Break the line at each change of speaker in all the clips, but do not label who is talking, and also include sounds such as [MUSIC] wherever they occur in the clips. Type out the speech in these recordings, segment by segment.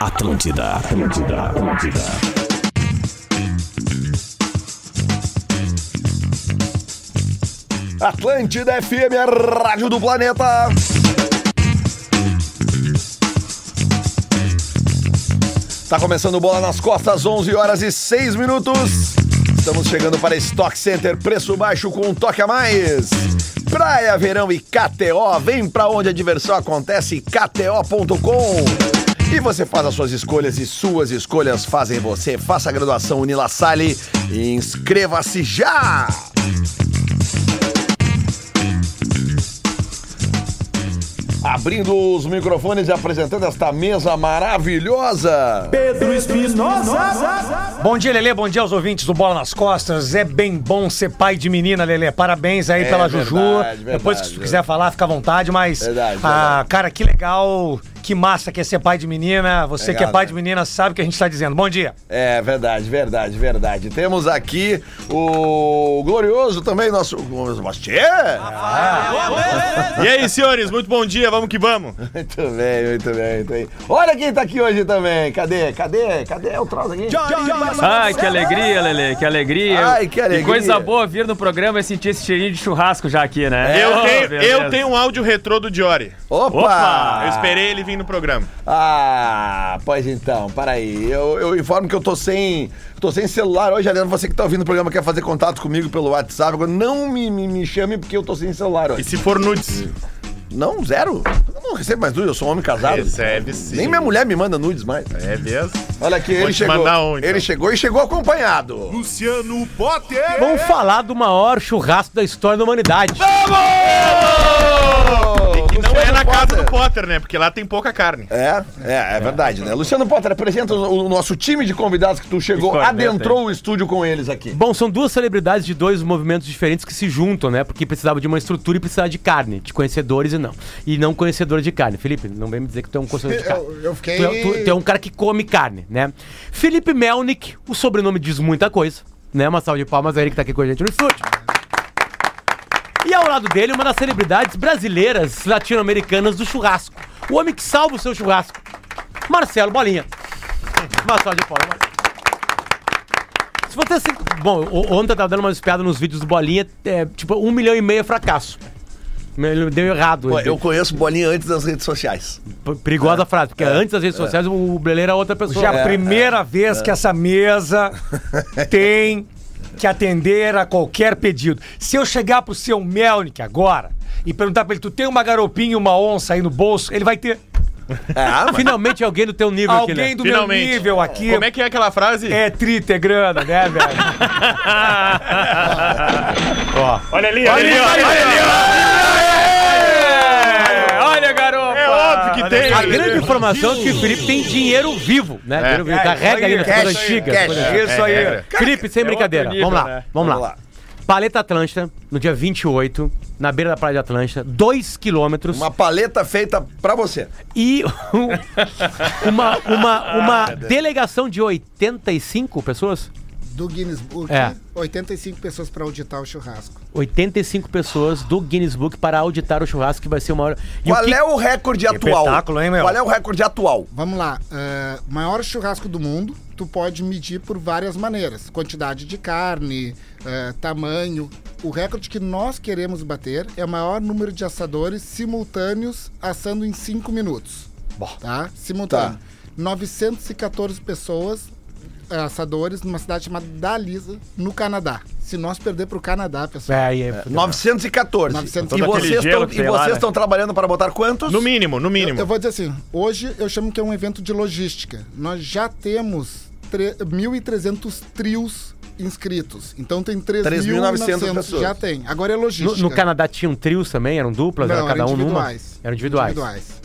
Atlântida, Atlântida, Atlântida.
Atlântida FM, a rádio do planeta. Tá começando o bola nas costas, 11 horas e 6 minutos. Estamos chegando para Stock Center, preço baixo com um toque a mais. Praia, verão e KTO, vem pra onde a diversão acontece, kto.com. E você faz as suas escolhas e suas escolhas fazem você. Faça a graduação Unila Sale e inscreva-se já! Abrindo os microfones e apresentando esta mesa maravilhosa.
Pedro Espinosa.
Bom dia, Lelê. Bom dia aos ouvintes do Bola nas Costas. É bem bom ser pai de menina, Lelê. Parabéns aí
É
pela
verdade,
Juju.
verdade.
Depois que tu quiser falar, fica à vontade, mas.
Verdade,
ah,
verdade.
cara, que legal. Que massa que é ser pai de menina. Você
Legal,
que é pai
né?
de menina sabe o que a gente tá dizendo. Bom dia.
É verdade, verdade, verdade. Temos aqui o glorioso também, nosso. Mas, tchê!
E aí, senhores, muito bom dia, vamos que vamos.
Muito bem, muito bem, muito bem. Olha quem tá aqui hoje também. Cadê? Cadê? Cadê o troço aqui?
Ai, que alegria, Lele, que alegria.
Ai, que alegria.
E coisa boa vir no programa é sentir esse cheirinho de churrasco já aqui, né?
É,
Eu,
Oh,
tenho,
beleza.
eu tenho um áudio retrô do Diori.
Opa!
Ah.
Eu esperei ele vir no programa.
Ah, pois então, peraí. Eu, eu informo que eu tô sem, tô sem celular hoje, Adriano. Você que tá ouvindo o programa quer fazer contato comigo pelo WhatsApp. agora Não me, me, me chame porque eu tô sem celular
E
hoje.
se for nudes?
Não, zero. Eu não recebo mais nudes, eu sou um homem
Tá.
casado.
Recebe sim.
Nem minha mulher me manda nudes mais.
É mesmo?
Olha aqui,
Vou
ele
te
chegou.
mandar um, então.
Ele chegou e chegou acompanhado.
Luciano Potter!
Vamos falar do maior churrasco da história da humanidade.
Que não é
Luciano
na casa
Potter.
do Potter, né? Porque lá tem pouca carne.
É, é, é verdade, né? Luciano Potter, apresenta o, o nosso time de convidados que tu chegou,
corneta,
adentrou o estúdio com eles aqui.
Bom, são duas celebridades de dois movimentos diferentes que se juntam, né? Porque precisava de uma estrutura e precisava de carne, de conhecedores e não. E não conhecedores de carne. Felipe, não vem me dizer que tu é um conhecedor de carne.
Eu, eu fiquei.
Tu, é- tu- tu é um cara que come carne, né? Felipe Melnick, o sobrenome diz muita coisa, né? Uma salva de palmas a ele que tá aqui com a gente no estúdio. E ao lado dele, uma das celebridades brasileiras latino-americanas do churrasco. O homem que salva o seu churrasco. Marcelo Bolinha. Uma salva de palmas. Se você se... Bom, o- ontem eu tava dando umas piadas nos vídeos do Bolinha, é, tipo, um milhão e meio é fracasso. Ele Deu errado.
Pô,
Ele-
Eu conheço Bolinha antes das redes sociais.
P- Perigosa frase, porque antes das redes sociais o Belê era outra pessoa.
Já é a primeira vez que
[LAUGHS]
essa mesa tem que atender a qualquer pedido. Se eu chegar pro seu Melnick agora e perguntar pra ele, tu tem uma garopinha e uma onça aí no bolso? Ele vai ter
[LAUGHS] É,
[LAUGHS]
mas-
Finalmente alguém do teu nível aqui, né?
alguém do meu
é. Finalmente.
nível aqui.
Como é que é aquela frase?
É trita, é grana, né, velho?
Olha ali, olha ali, olha ali, ó.
Olha, garoto!
É óbvio que tem.
A grande informação é que o Felipe tem dinheiro vivo, né? Dinheiro vivo. Carrega ali nas
É, Cash,
coisas antigas.
cash.
coisas-
Isso aí.
é.
Felipe, sem brincadeira.
nível,
vamos lá,
né?
vamos,
Vamos
lá.
lá.
Paleta Atlântica, no dia 28, na beira da praia de Atlântica, 2 quilômetros
Uma paleta feita pra você.
e [LAUGHS] um- uma, uma,
Ah,
uma delegação de 85 pessoas?
Do Guinness Book,
É.
85 pessoas pra auditar o churrasco.
85 pessoas do Guinness Book para auditar o churrasco que vai ser uma hora. E
Qual
o que...
é o recorde atual?
espetáculo, hein, meu?
Qual é o recorde atual?
Vamos lá. ah, maior churrasco do mundo, tu pode medir por várias maneiras: quantidade de carne, ah, tamanho. O recorde que nós queremos bater é o maior número de assadores simultâneos assando em 5 minutos. Tá? Simultâneo.
Tá.
914 pessoas, ah, assadores, numa cidade chamada Dalisa, no Canadá. Se nós perder pro Canadá, pessoal.
É, e é-
914.
914.
E
Todo aquele
vocês
gelo
estão
que tem lá, né?
trabalhando para botar quantos?
No mínimo, no
Eu, eu
mínimo.
vou dizer assim, hoje eu chamo que é um evento de logística. Nós já temos tre- 1.300 trios inscritos. Então tem
3.900 pessoas.
Já tem. Agora é
No,
logística.
no Canadá tinha um trios também, eram duplas,
Não,
era cada
eram
um numa.
individuais.
Eram individuais.
Individuais.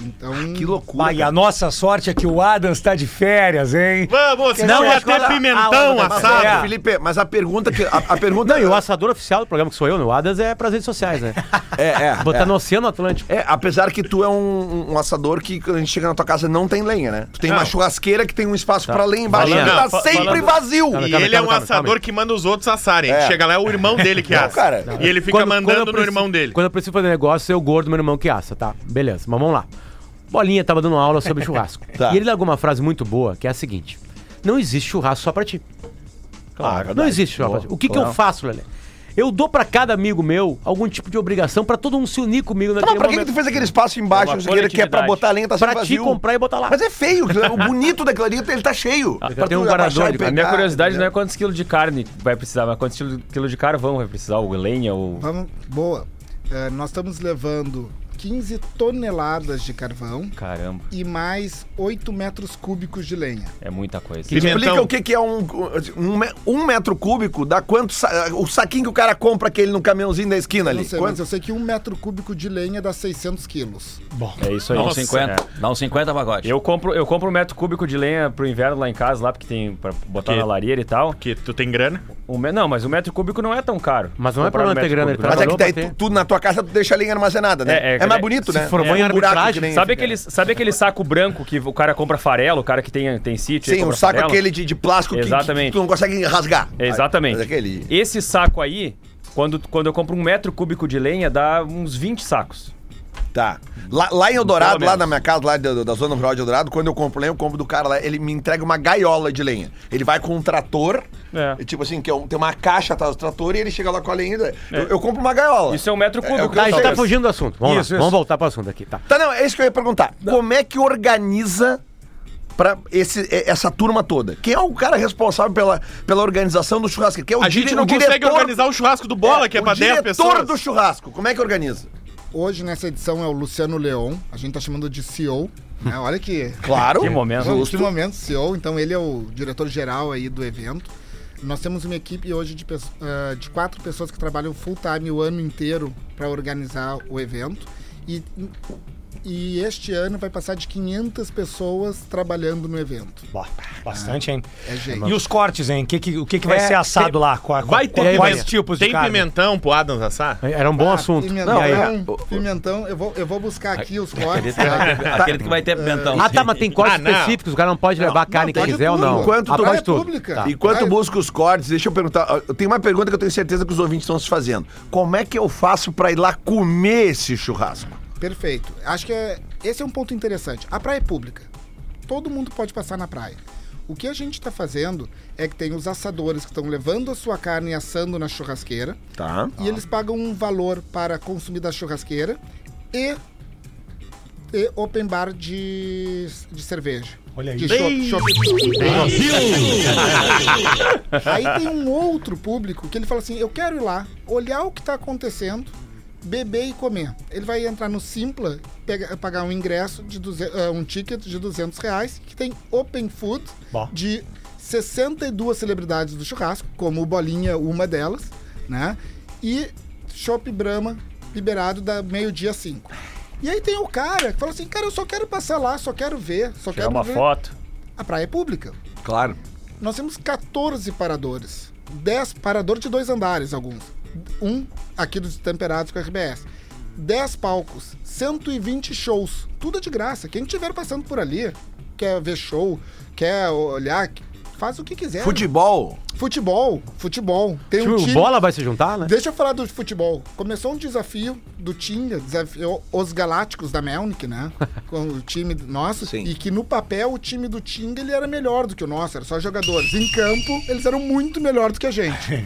Então,
Que loucura.
Bah, e a
cara.
nossa sorte é que o Adams tá de férias, hein?
Vamos, Ah, senão
não, é
ia
acho que
ter
ela-
pimentão
a- a-
Mas,
assado.
ó, Ah, Felipe, mas a pergunta que. A, a pergunta.
Não, e o assador oficial do programa que sou eu, né? O Adas é pras redes sociais,
[LAUGHS]
né?
É, é.
Botar
é.
no Oceano Atlântico.
É, apesar que tu é um, um assador que quando a gente chega na tua casa não tem lenha, né? Tu tem uma churrasqueira que tem um espaço pra lenha embaixo
Falando-
que tá
não, fa-
sempre
falando-
vazio.
Não,
E
Calma,
ele é um
calma, calma,
assador
calma.
que manda os outros assarem.
É.
Chega lá, é o irmão dele que assa.
cara.
E ele fica
Quando- quando
mandando
eu
no
preciso-
irmão dele.
Quando eu preciso fazer negócio, eu gordo meu irmão que assa, tá? Beleza, mas vamos lá. Bolinha tava dando uma aula sobre churrasco.
[LAUGHS] Tá.
E ele largou uma frase muito boa, que é a seguinte. Não existe churrasco só pra ti.
Claro,
Não existe churrasco
Boa,
pra ti. O que, que
claro.
eu faço, Lelê? Eu dou pra cada amigo meu algum tipo de obrigação pra todo mundo se unir comigo
Tá, mas
naquele
pra que, que
um momento.
tu fez aquele espaço embaixo,
É uma
não sei o que, que é pra
coletividade.
botar a lenha, tá sempre
Pra te
vazio?
comprar e botar lá.
Mas é feio, o bonito da clarinha, ele tá cheio. Pra
tem
tu
um guardador
abaixar e
ali.
pegar, né?
A minha curiosidade não é
entendeu?
quantos quilos de carne vai precisar, mas quantos quilo- quilos de carvão vai precisar, ou lenha, ou...
vamos, boa. É, nós estamos levando 15 toneladas de carvão
Caramba,
e mais 8 metros cúbicos de lenha.
é muita coisa.
Explica o que, que é um, um, me- um metro cúbico, dá quanto. sa- O saquinho que o cara compra aquele no caminhãozinho da esquina
É
Eu Não
ali.
sei, mas
Quanto? é
eu sei que um metro cúbico de lenha dá 600 quilos.
É isso aí.
Dá uns
Nossa,
50.
é.
Dá uns 50 pacotes.
Eu compro, eu compro um metro cúbico de lenha pro inverno lá em casa, lá, porque tem pra botar
Que-
na lareira e tal.
Que tu tem grana?
Um me- não, mas o metro cúbico não é tão caro.
Mas não é problema
Comparado ao
ter
metro
grana,
cúbico.
ele
Mas é que daí
Trabalhou
tu, tu na tua casa tu deixa a lenha armazenada, né? É,
É, é,
mais
é,
bonito,
se
né?
formou
é
em
um buraco
arbitragem.
que nem-
Sabe aquele, sabe aquele saco branco que o cara compra farelo, o cara que tem, tem sítio? ele
Sim, um
compra
saco
farelo?
aquele de, de plástico que- Que,
Exatamente.
tu não consegue rasgar.
É, Exatamente.
Mas aquele.
Esse saco aí, quando, quando eu compro um metro cúbico de lenha, dá uns 20 sacos.
Tá. Lá, lá em Eldorado,
Pelo
lá
menos.
na minha casa, lá da, da zona rural de Eldorado, quando eu compro lenha, eu compro do cara lá, ele me entrega uma gaiola de lenha. Ele vai com um trator,
É.
e tipo assim, que é um- tem uma caixa atrás do trator e ele chega lá com a lenha. e- Eu, eu compro uma gaiola.
Isso é um metro
é o
cúbico.
que
Tá,
eu
a gente tá
Isso.
fugindo do assunto. Vamos
Isso,
lá,
isso.
vamos voltar pro assunto aqui, tá?
Tá, não, é isso que eu ia perguntar. Como é que organiza pra esse, é- essa turma toda? Quem é o cara responsável pela, pela organização do churrasco? Quem é o
A gente
dire-
não
o
consegue
diretor-
organizar o churrasco do Bola, que é
o
pra 10
diretor
pessoas.
do churrasco, como é que organiza?
Hoje, nessa edição, é o Luciano Leon. A gente tá chamando de CEO. né? Olha que
Claro.
Que momento.
Neste momento, CEO, então ele é o diretor-geral aí do evento. Nós temos uma equipe hoje de, pesso- ah, de quatro pessoas que trabalham full-time o ano inteiro para organizar o evento. E, e este ano vai passar de 500 pessoas trabalhando no evento.
Bah, bastante, hein?
É gente.
E os cortes, hein? Que que- o que, que vai
É,
ser assado
tem-
lá? Qua-
Vai
qua-
ter
quais
pimenta-
tipos
Tem
é tipo de carne?
pimentão pro Adams assar?
Era um
Ah,
bom assunto.
Ah, Pimentão,
E aí?
pimentão, eu vou, eu vou buscar aqui os cortes.
Aquele que vai ter pimentão.
Ah, tá, mas tem cortes
Ah, não.
específicos, o cara não pode levar a carne que
pode
quiser ou
tudo.
não.
Enquanto
Ah,
tu-
pode
É pública.
Tá.
Enquanto
Vai.
busca os cortes, deixa eu perguntar. ó, Eu tenho uma pergunta que eu tenho certeza que os ouvintes estão se fazendo. Como é que eu faço pra ir lá comer esse churrasco?
Perfeito. Acho que é, esse é um ponto interessante. A praia é pública. Todo mundo pode passar na praia. O que a gente está fazendo é que tem os assadores que estão levando a sua carne e assando na churrasqueira.
Tá.
E eles pagam um valor para consumir da churrasqueira e, e open bar de, de cerveja.
Olha aí.
De chopp, chopp. Aí tem um outro público que ele fala assim: eu quero ir lá, olhar o que está acontecendo, beber e comer. Ele vai entrar no Simpla, pega- pagar um ingresso, de 200, eh, um ticket de 200 reais, que tem open food
Bom.
de 62 celebridades do churrasco, como o Bolinha, uma delas, né? E Chopp Brahma, liberado da meio-dia 5. E aí tem o cara que fala assim, cara, eu só quero passar lá, só quero ver, só
Tirar
quero
uma
ver.
foto.
A praia é pública.
Claro.
Nós temos 14 paradores. 10 paradores de dois andares, alguns. Um aqui dos temperados com a RBS. 10 palcos, 120 shows. Tudo de graça. Quem estiver passando por ali, quer ver show, quer olhar, faz o que quiser.
Futebol.
Futebol, futebol. Tem um
Tipo,
time...
o Bola vai se juntar,
[LAUGHS]
né?
Deixa eu falar do futebol. Começou um desafio do Tinga, desafiou os Galácticos da Melnick, né? Com o time nosso.
Sim.
E que no papel o time do Tinga ele era melhor do que o nosso, era só jogadores. Em campo, eles eram muito melhor do que a gente.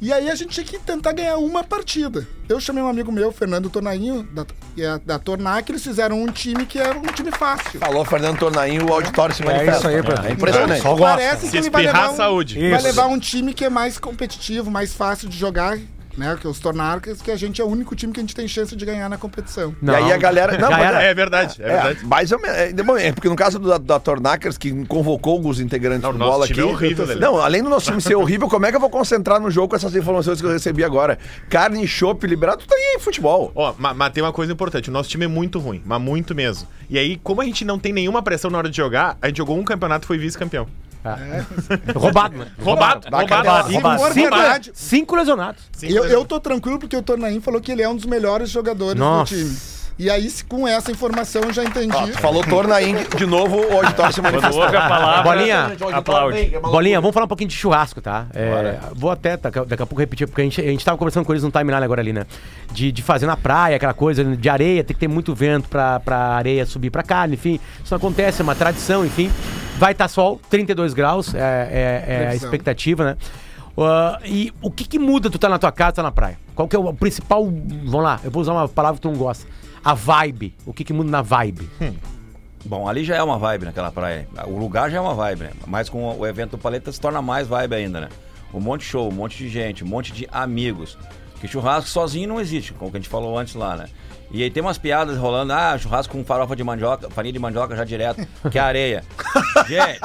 e aí a gente tinha que tentar ganhar uma partida. Eu chamei um amigo meu, Fernando Tonainho, da, e a- da Tornac, eles fizeram um time que era um time fácil.
Falou Fernando Tornainho, o auditório se
É isso
manifesta.
aí, Pedro.
É impressionante.
Só gosta.
Parece
Se
que ele vai
espirrar,
levar, um,
saúde.
vai
Isso.
levar um time que é mais competitivo, mais fácil de jogar, né? Que os Tornarcas, que a gente é o único time que a gente tem chance de ganhar na competição.
Não.
E aí a galera. Não,
Já
mas
era.
é-
É verdade, é,
É,
verdade.
mais ou menos. É, bom, é porque no caso do- da, da Tornakers, que convocou os integrantes
Não,
do
nosso
bola
time
aqui.
é horrível, velho.
não, além do nosso time ser horrível, como é que eu vou concentrar no jogo com essas informações que eu recebi agora? Carne, chopp, liberado, tá aí em futebol.
Ó, ma- mas, tem uma coisa importante, o nosso time é muito ruim, mas muito mesmo. E aí, como a gente não tem nenhuma pressão na hora de jogar, a gente jogou um campeonato e foi vice-campeão.
Roubado, né?
Roubado, roubado,
Bacana.
roubado.
Se for
Roubado.
verdade,
Cinco lesionados.
eu,
é.
eu tô tranquilo porque o Tornaim falou que ele é um dos melhores jogadores
Nossa.
do time. E aí, se- com essa informação, eu já entendi.
Tu Falou Tornaim, de novo, o auditório se
[LAUGHS]
Quando
manifestou.
ouve a palavra,
Bolinha,
aplaude.
Bolinha, vamos falar um pouquinho de churrasco, tá? É, vou até daqui a daqui a pouco repetir, porque a gente, a gente tava conversando com eles no timeline agora ali, né? De, de fazer na praia, aquela coisa de areia, tem que ter muito vento pra, pra areia subir pra carne, enfim. Isso não acontece, é uma tradição, enfim. Vai estar sol, 32 graus, é, é- é a
Previsão.
expectativa, né? Ah, e o que, que muda tu tá na tua casa, tá na praia? Qual que é o principal, vamos lá, eu vou usar uma palavra que tu não gosta. A vibe. O que, que muda na vibe?
Bom, ali já é uma vibe naquela praia. O lugar já é uma vibe, né? Mas com o evento do Paleta se torna mais vibe ainda, né? Um monte de show, um monte de gente, um monte de amigos. Que churrasco sozinho não existe, como que a gente falou antes lá, né? E aí tem umas piadas rolando, ah, churrasco com farofa de mandioca, farinha de mandioca já direto, que é areia. gente,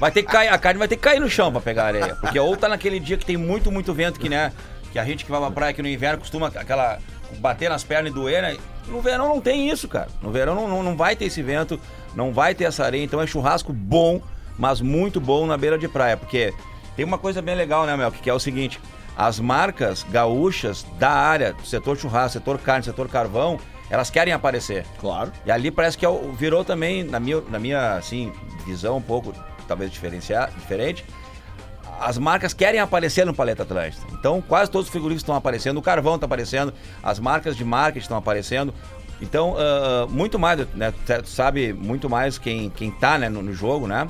vai ter que cair, a carne vai ter que cair no chão pra pegar areia. Porque ou tá naquele dia que tem muito, muito vento, que né? Que a gente que vai pra praia aqui no inverno costuma aquela. bater nas pernas e doer, né? No verão não tem isso, cara. No verão não, não, não vai ter esse vento, não vai ter essa areia. Então é churrasco bom, mas muito bom na beira de praia. Porque tem uma coisa bem legal, né, Mel? Que é o seguinte: as marcas gaúchas da área, do setor churrasco, setor carne, setor carvão, elas querem aparecer.
Claro.
E ali parece que é o- virou também, na minha, na minha assim, visão um pouco, talvez diferenciar, diferente, as marcas querem aparecer no Paleta Atlântica. Então, quase todos os frigoríficos estão aparecendo, o carvão está aparecendo, as marcas de marketing estão aparecendo. Então, ah, muito mais, né? Tu sabe muito mais quem, quem tá né, no, no jogo, né?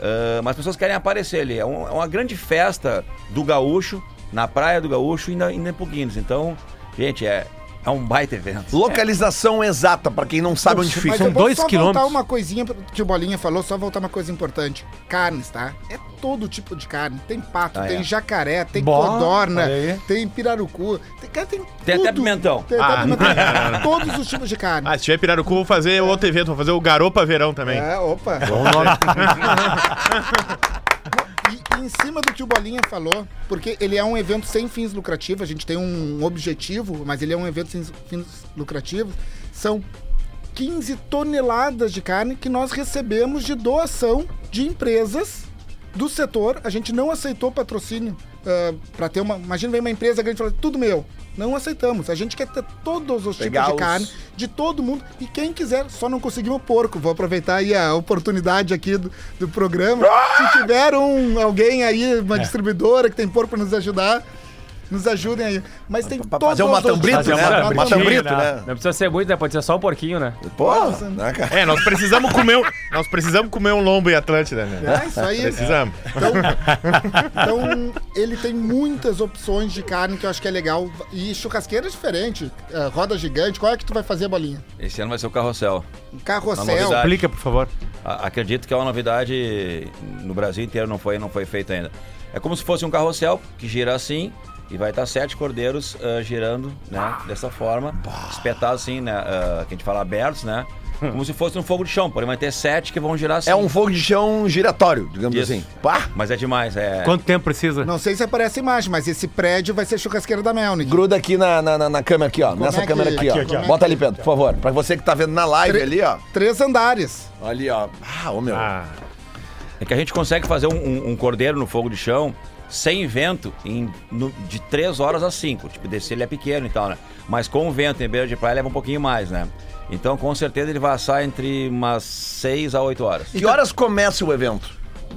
Ah, mas as pessoas querem aparecer ali. É, um- é uma grande festa do gaúcho, na praia do gaúcho e na, e na Puguines. Então, gente, é, é um baita evento.
Localização exata, pra quem não sabe onde
Mas
fica.
eu vou
dois
só
quilômetros.
voltar uma coisinha que o Bolinha falou, só voltar uma coisa importante. Carnes, tá? É todo tipo de carne. Tem pato,
Ah,
tem
é.
jacaré, tem
Bom,
codorna,
olha aí.
tem pirarucu. Tem, cara, tem
Tem até
tudo.
pimentão.
Tem
[LAUGHS]
até
Ah,
pimentão. Todos os tipos de carne.
Ah, se tiver Pirarucu, vou fazer outro evento, vou fazer o Garopa Verão também.
É, opa.
um
[LAUGHS] E, e em cima do que o Bolinha falou, porque ele é um evento sem fins lucrativos, a gente tem um objetivo, mas ele é um evento sem fins lucrativos, são 15 toneladas de carne que nós recebemos de doação de empresas do setor. A gente não aceitou patrocínio para ter uma. Imagina, vem uma empresa grande e fala, tudo meu. Não aceitamos. A gente quer ter todos os
Pegar
tipos
os-
de carne, de todo mundo. E quem quiser, só não conseguimos porco. Vou aproveitar aí a oportunidade aqui do, do programa.
Ah!
Se tiver um, alguém aí, uma distribuidora que tem porco para nos ajudar, nos ajudem aí. Mas tem
Pra fazer um
todos os
matambrito,
tipos de
né?
carne.
Matambrito.
Matambrito.
né?
Não precisa ser muito, né? Pode ser só um porquinho, né?
Porra, né, cara?
É, nós precisamos comer um, nós precisamos comer um lombo em Atlântida, né?
É isso aí.
Precisamos.
Então, então, ele tem muitas opções de carne que eu acho que é legal. E churrasqueira é diferente. é, roda gigante. Qual é que tu vai fazer, Bolinha?
Esse ano vai ser o carrossel.
Um
Uma
carrossel.
novidade.
Explica, por favor.
A- Acredito que é uma novidade no Brasil inteiro, não foi, não foi feita ainda. É como se fosse um carrossel que gira assim e vai estar sete cordeiros ah, girando, né? Dessa forma, espetados assim, né? ah, que a gente fala
[LAUGHS]
abertos, né? Como se fosse um fogo de chão, porém vai ter sete que vão girar assim.
É um fogo de chão giratório, digamos
Isso.
assim. Pá!
Mas é demais, é.
Quanto tempo precisa?
Não sei se aparece a imagem, mas esse prédio vai ser churrasqueira da Melnick.
Gruda aqui na, na, na- na câmera aqui, ó. nessa
é que-
câmera aqui, ó.
aqui, aqui, ó.
Bota ali, Pedro, por favor. Pra você que tá vendo na live ali, ó.
Três andares.
Ali, ó. Ah, ô meu.
Ah,
É que a gente consegue fazer um, um- um cordeiro no fogo de chão sem vento em, no- de 3 horas a 5. Tipo, descer ele é pequeno e tal, né? Mas com o vento em beira de praia leva um pouquinho mais, né? Então, com certeza, ele vai assar entre umas 6 a 8 horas.
Que horas começa o evento?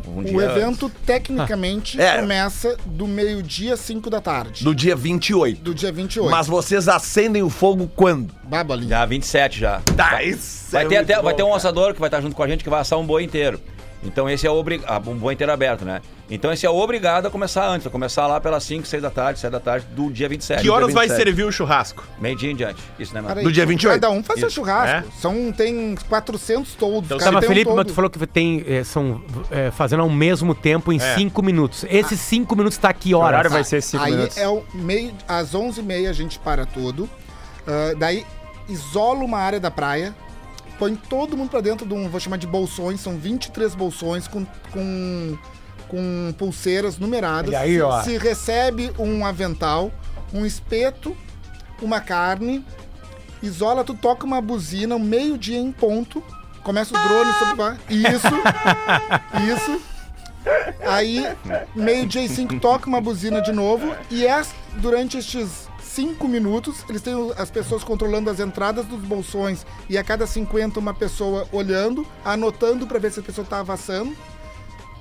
Um
O evento, tecnicamente,
É.
começa do meio-dia às 5 da tarde. Do,
Do dia 28.
dia 28.
Mas vocês acendem o fogo quando?
Bah, Bolinha.
Já 27 já.
Tá, isso
é
Vai ter, até, vai ter um assador que vai estar junto com a gente que vai assar um boi inteiro. Então esse é obrigado. A bombom inteira aberto, né? Então esse é obrigado a começar antes, a começar lá pelas 5, 6 da tarde, 7 da tarde do É, dia 27.
Que horas vai
27.
servir o churrasco?
Meio dia em diante. Isso, né, mano?
Peraí,
Do dia 28?
Cada um faz seu
Isso.
churrasco. São, tem 400 todos.
Então,
Tá,
cada
mas
tem um
Felipe, mas
todo.
tu falou que tem, eh, são eh, fazendo ao mesmo tempo em
É.
5 minutos. Esses 5 minutos tá que
O
horas?
horário vai ser 5
Aí
minutos.
é o meio, às 11h30 a gente para tudo. Ah, daí isola uma área da praia, põe todo mundo pra dentro de um, vou chamar de bolsões, são 23 bolsões com, com, com pulseiras numeradas.
Olha aí, ó.
Se, se recebe um avental, um espeto, uma carne, isola, tu toca uma buzina, um meio-dia em ponto, começa os drones sobre. Isso! isso! Aí, meio-dia e cinco, toca uma buzina de novo. E é as- durante estes cinco minutos, eles têm o- as pessoas controlando as entradas dos bolsões. E a cada 50, uma pessoa olhando, anotando pra ver se a pessoa tá avançando.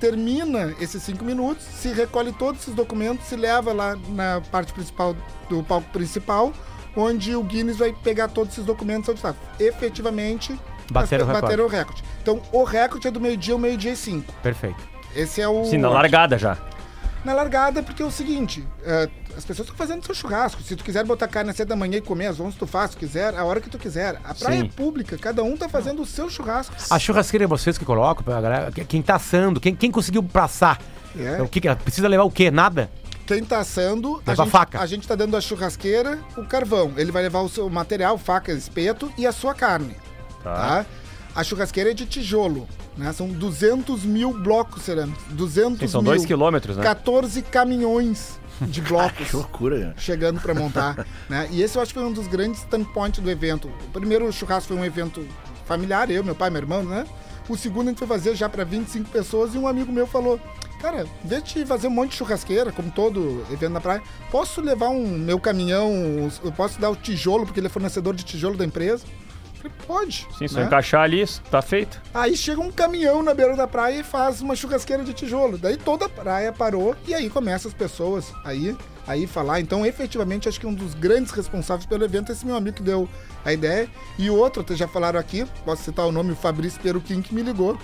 Termina esses cinco minutos, se recolhe todos esses documentos, se leva lá na parte principal do palco principal, onde o Guinness vai pegar todos esses documentos onde está. Efetivamente,
Bateram
as-
o recorde.
bateram o recorde. Então, o recorde é do meio-dia ao meio-dia e cinco.
Perfeito.
Esse
um
é o.
Sim, na largada já.
Na largada, porque é o seguinte: é, as pessoas estão fazendo seu churrasco. Se tu quiser botar carne às 7 da manhã e comer às 11, tu faz, se tu quiser, a hora que tu quiser. A praia
Sim.
é pública, cada um tá fazendo o seu churrasco.
A churrasqueira é vocês que colocam, pra galera, que- quem tá assando, quem, quem conseguiu passar. Então,
É.
O que, que- precisa levar o quê? Nada?
Quem tá assando, a
Leva
gente,
faca.
a gente tá dando a churrasqueira, o carvão. Ele vai levar o seu material, faca, espeto e a sua carne. Tá. A churrasqueira é de tijolo, né? São 200 mil blocos cerâmicos. 200
Sim, são
mil.
2 quilômetros, né?
14 caminhões
[LAUGHS]
de blocos.
Loucura.
chegando para montar, né? E esse eu acho que foi um dos grandes standpoints do evento. O primeiro churrasco foi um evento familiar, eu, meu pai, meu irmão, né? O segundo a gente foi fazer já para 25 pessoas e um amigo meu falou: "Cara, em vez de fazer um monte de churrasqueira, como todo evento na praia, posso levar um meu caminhão, uns- eu posso dar o tijolo porque ele é fornecedor de tijolo da empresa?" Eu Falei, Pode.
Sim, só
né?
encaixar ali, isso tá feito.
Aí chega um caminhão na beira da praia e faz uma churrasqueira de tijolo. Daí toda a praia parou e aí começam as pessoas aí aí falar. Então, efetivamente, acho que um dos grandes responsáveis pelo evento é esse meu amigo que deu a ideia. E outro, até já falaram aqui, posso citar o nome, o Fabrício Peruquim, que me ligou.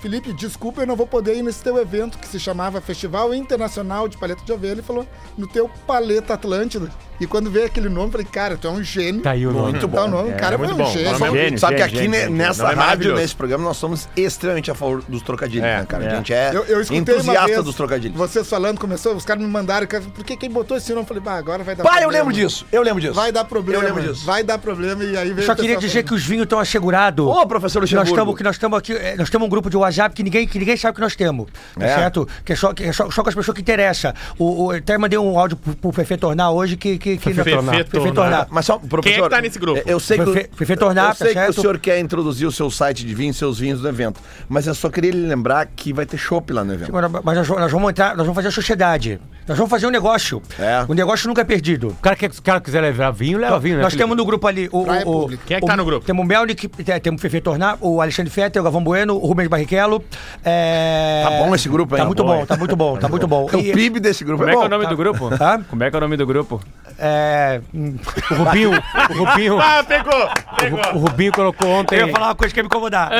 Felipe, desculpa, eu não vou poder ir nesse teu evento que se chamava Festival Internacional de Paleta de Ovelha. Ele falou, no teu Paleta Atlântida. E quando veio aquele nome, eu falei, cara, tu é um gênio.
Tá aí o nome.
Muito bom. nome. O cara
é
foi
muito
um
bom.
gênio.
Fala mesmo.
Gênio,
Sabe que
gênio,
aqui
gênio,
ne-
gênio.
nessa
Não, é
rádio,
maravilhoso.
nesse programa, nós somos extremamente a favor dos trocadilhos,
É,
né, cara? A
é.
gente é
Eu, eu escutei uma
entusiasta
vez
dos trocadilhos.
Vocês falando, começou, os caras me mandaram, cara, por que quem botou esse nome? Eu falei, bah, agora vai dar
Pai, eu lembro disso, eu lembro disso.
Vai dar problema.
Eu lembro disso.
Vai dar problema e aí
Eu
veio
só queria dizer que os vinhos estão assegurados.
Ô, professor
Nós
Luxemburgo.
estamos que nós estamos aqui, eh, nós temos um grupo de WhatsApp que ninguém que ninguém sabe que nós temos, tá
É.
certo? Que é só que é só, só com as pessoas que interessam. O, o- até mandei um áudio pro, pro Fefe Tornar hoje que que que
Fefe Tornar.
Fefe Tornar.
Mas só, professor.
é
tá nesse grupo?
eh, Eu sei que, o-
Fefe- Fefe Tornar,
eu sei que o
certo?
senhor quer introduzir o seu site de vinhos, seus vinhos no evento. Mas eu só queria lhe lembrar que vai ter chopp lá no evento.
Mas nós, vamos- nós vamos entrar, nós vamos fazer a sociedade. Nós vamos fazer um negócio.
É.
Um negócio nunca é perdido.
O cara, quer, o cara quiser levar vinho, leva vinho, né?
Nós
Felipe?
temos no grupo ali o.
Praia
o- o-
Pública.
Quem é que tá
o-
no grupo?
Temos o Melnick, te- temos o Fefe Tornar, o Alexandre Fetter, o Gavão Bueno, o Rubens Barrichello. é-
Tá bom esse grupo, hein?
Tá muito
Boa.
bom, tá muito bom, tá muito bom.
O
E-
PIB desse grupo
Como é
é
que
bom.
é o nome do grupo?
Hã?
Como é que é o nome do grupo?
É. hum,
O Rubinho, o Rubinho,
Ah, pegou!
o
Pegou!
Rubinho colocou ontem.
Eu ia falar uma coisa que ia me incomodar.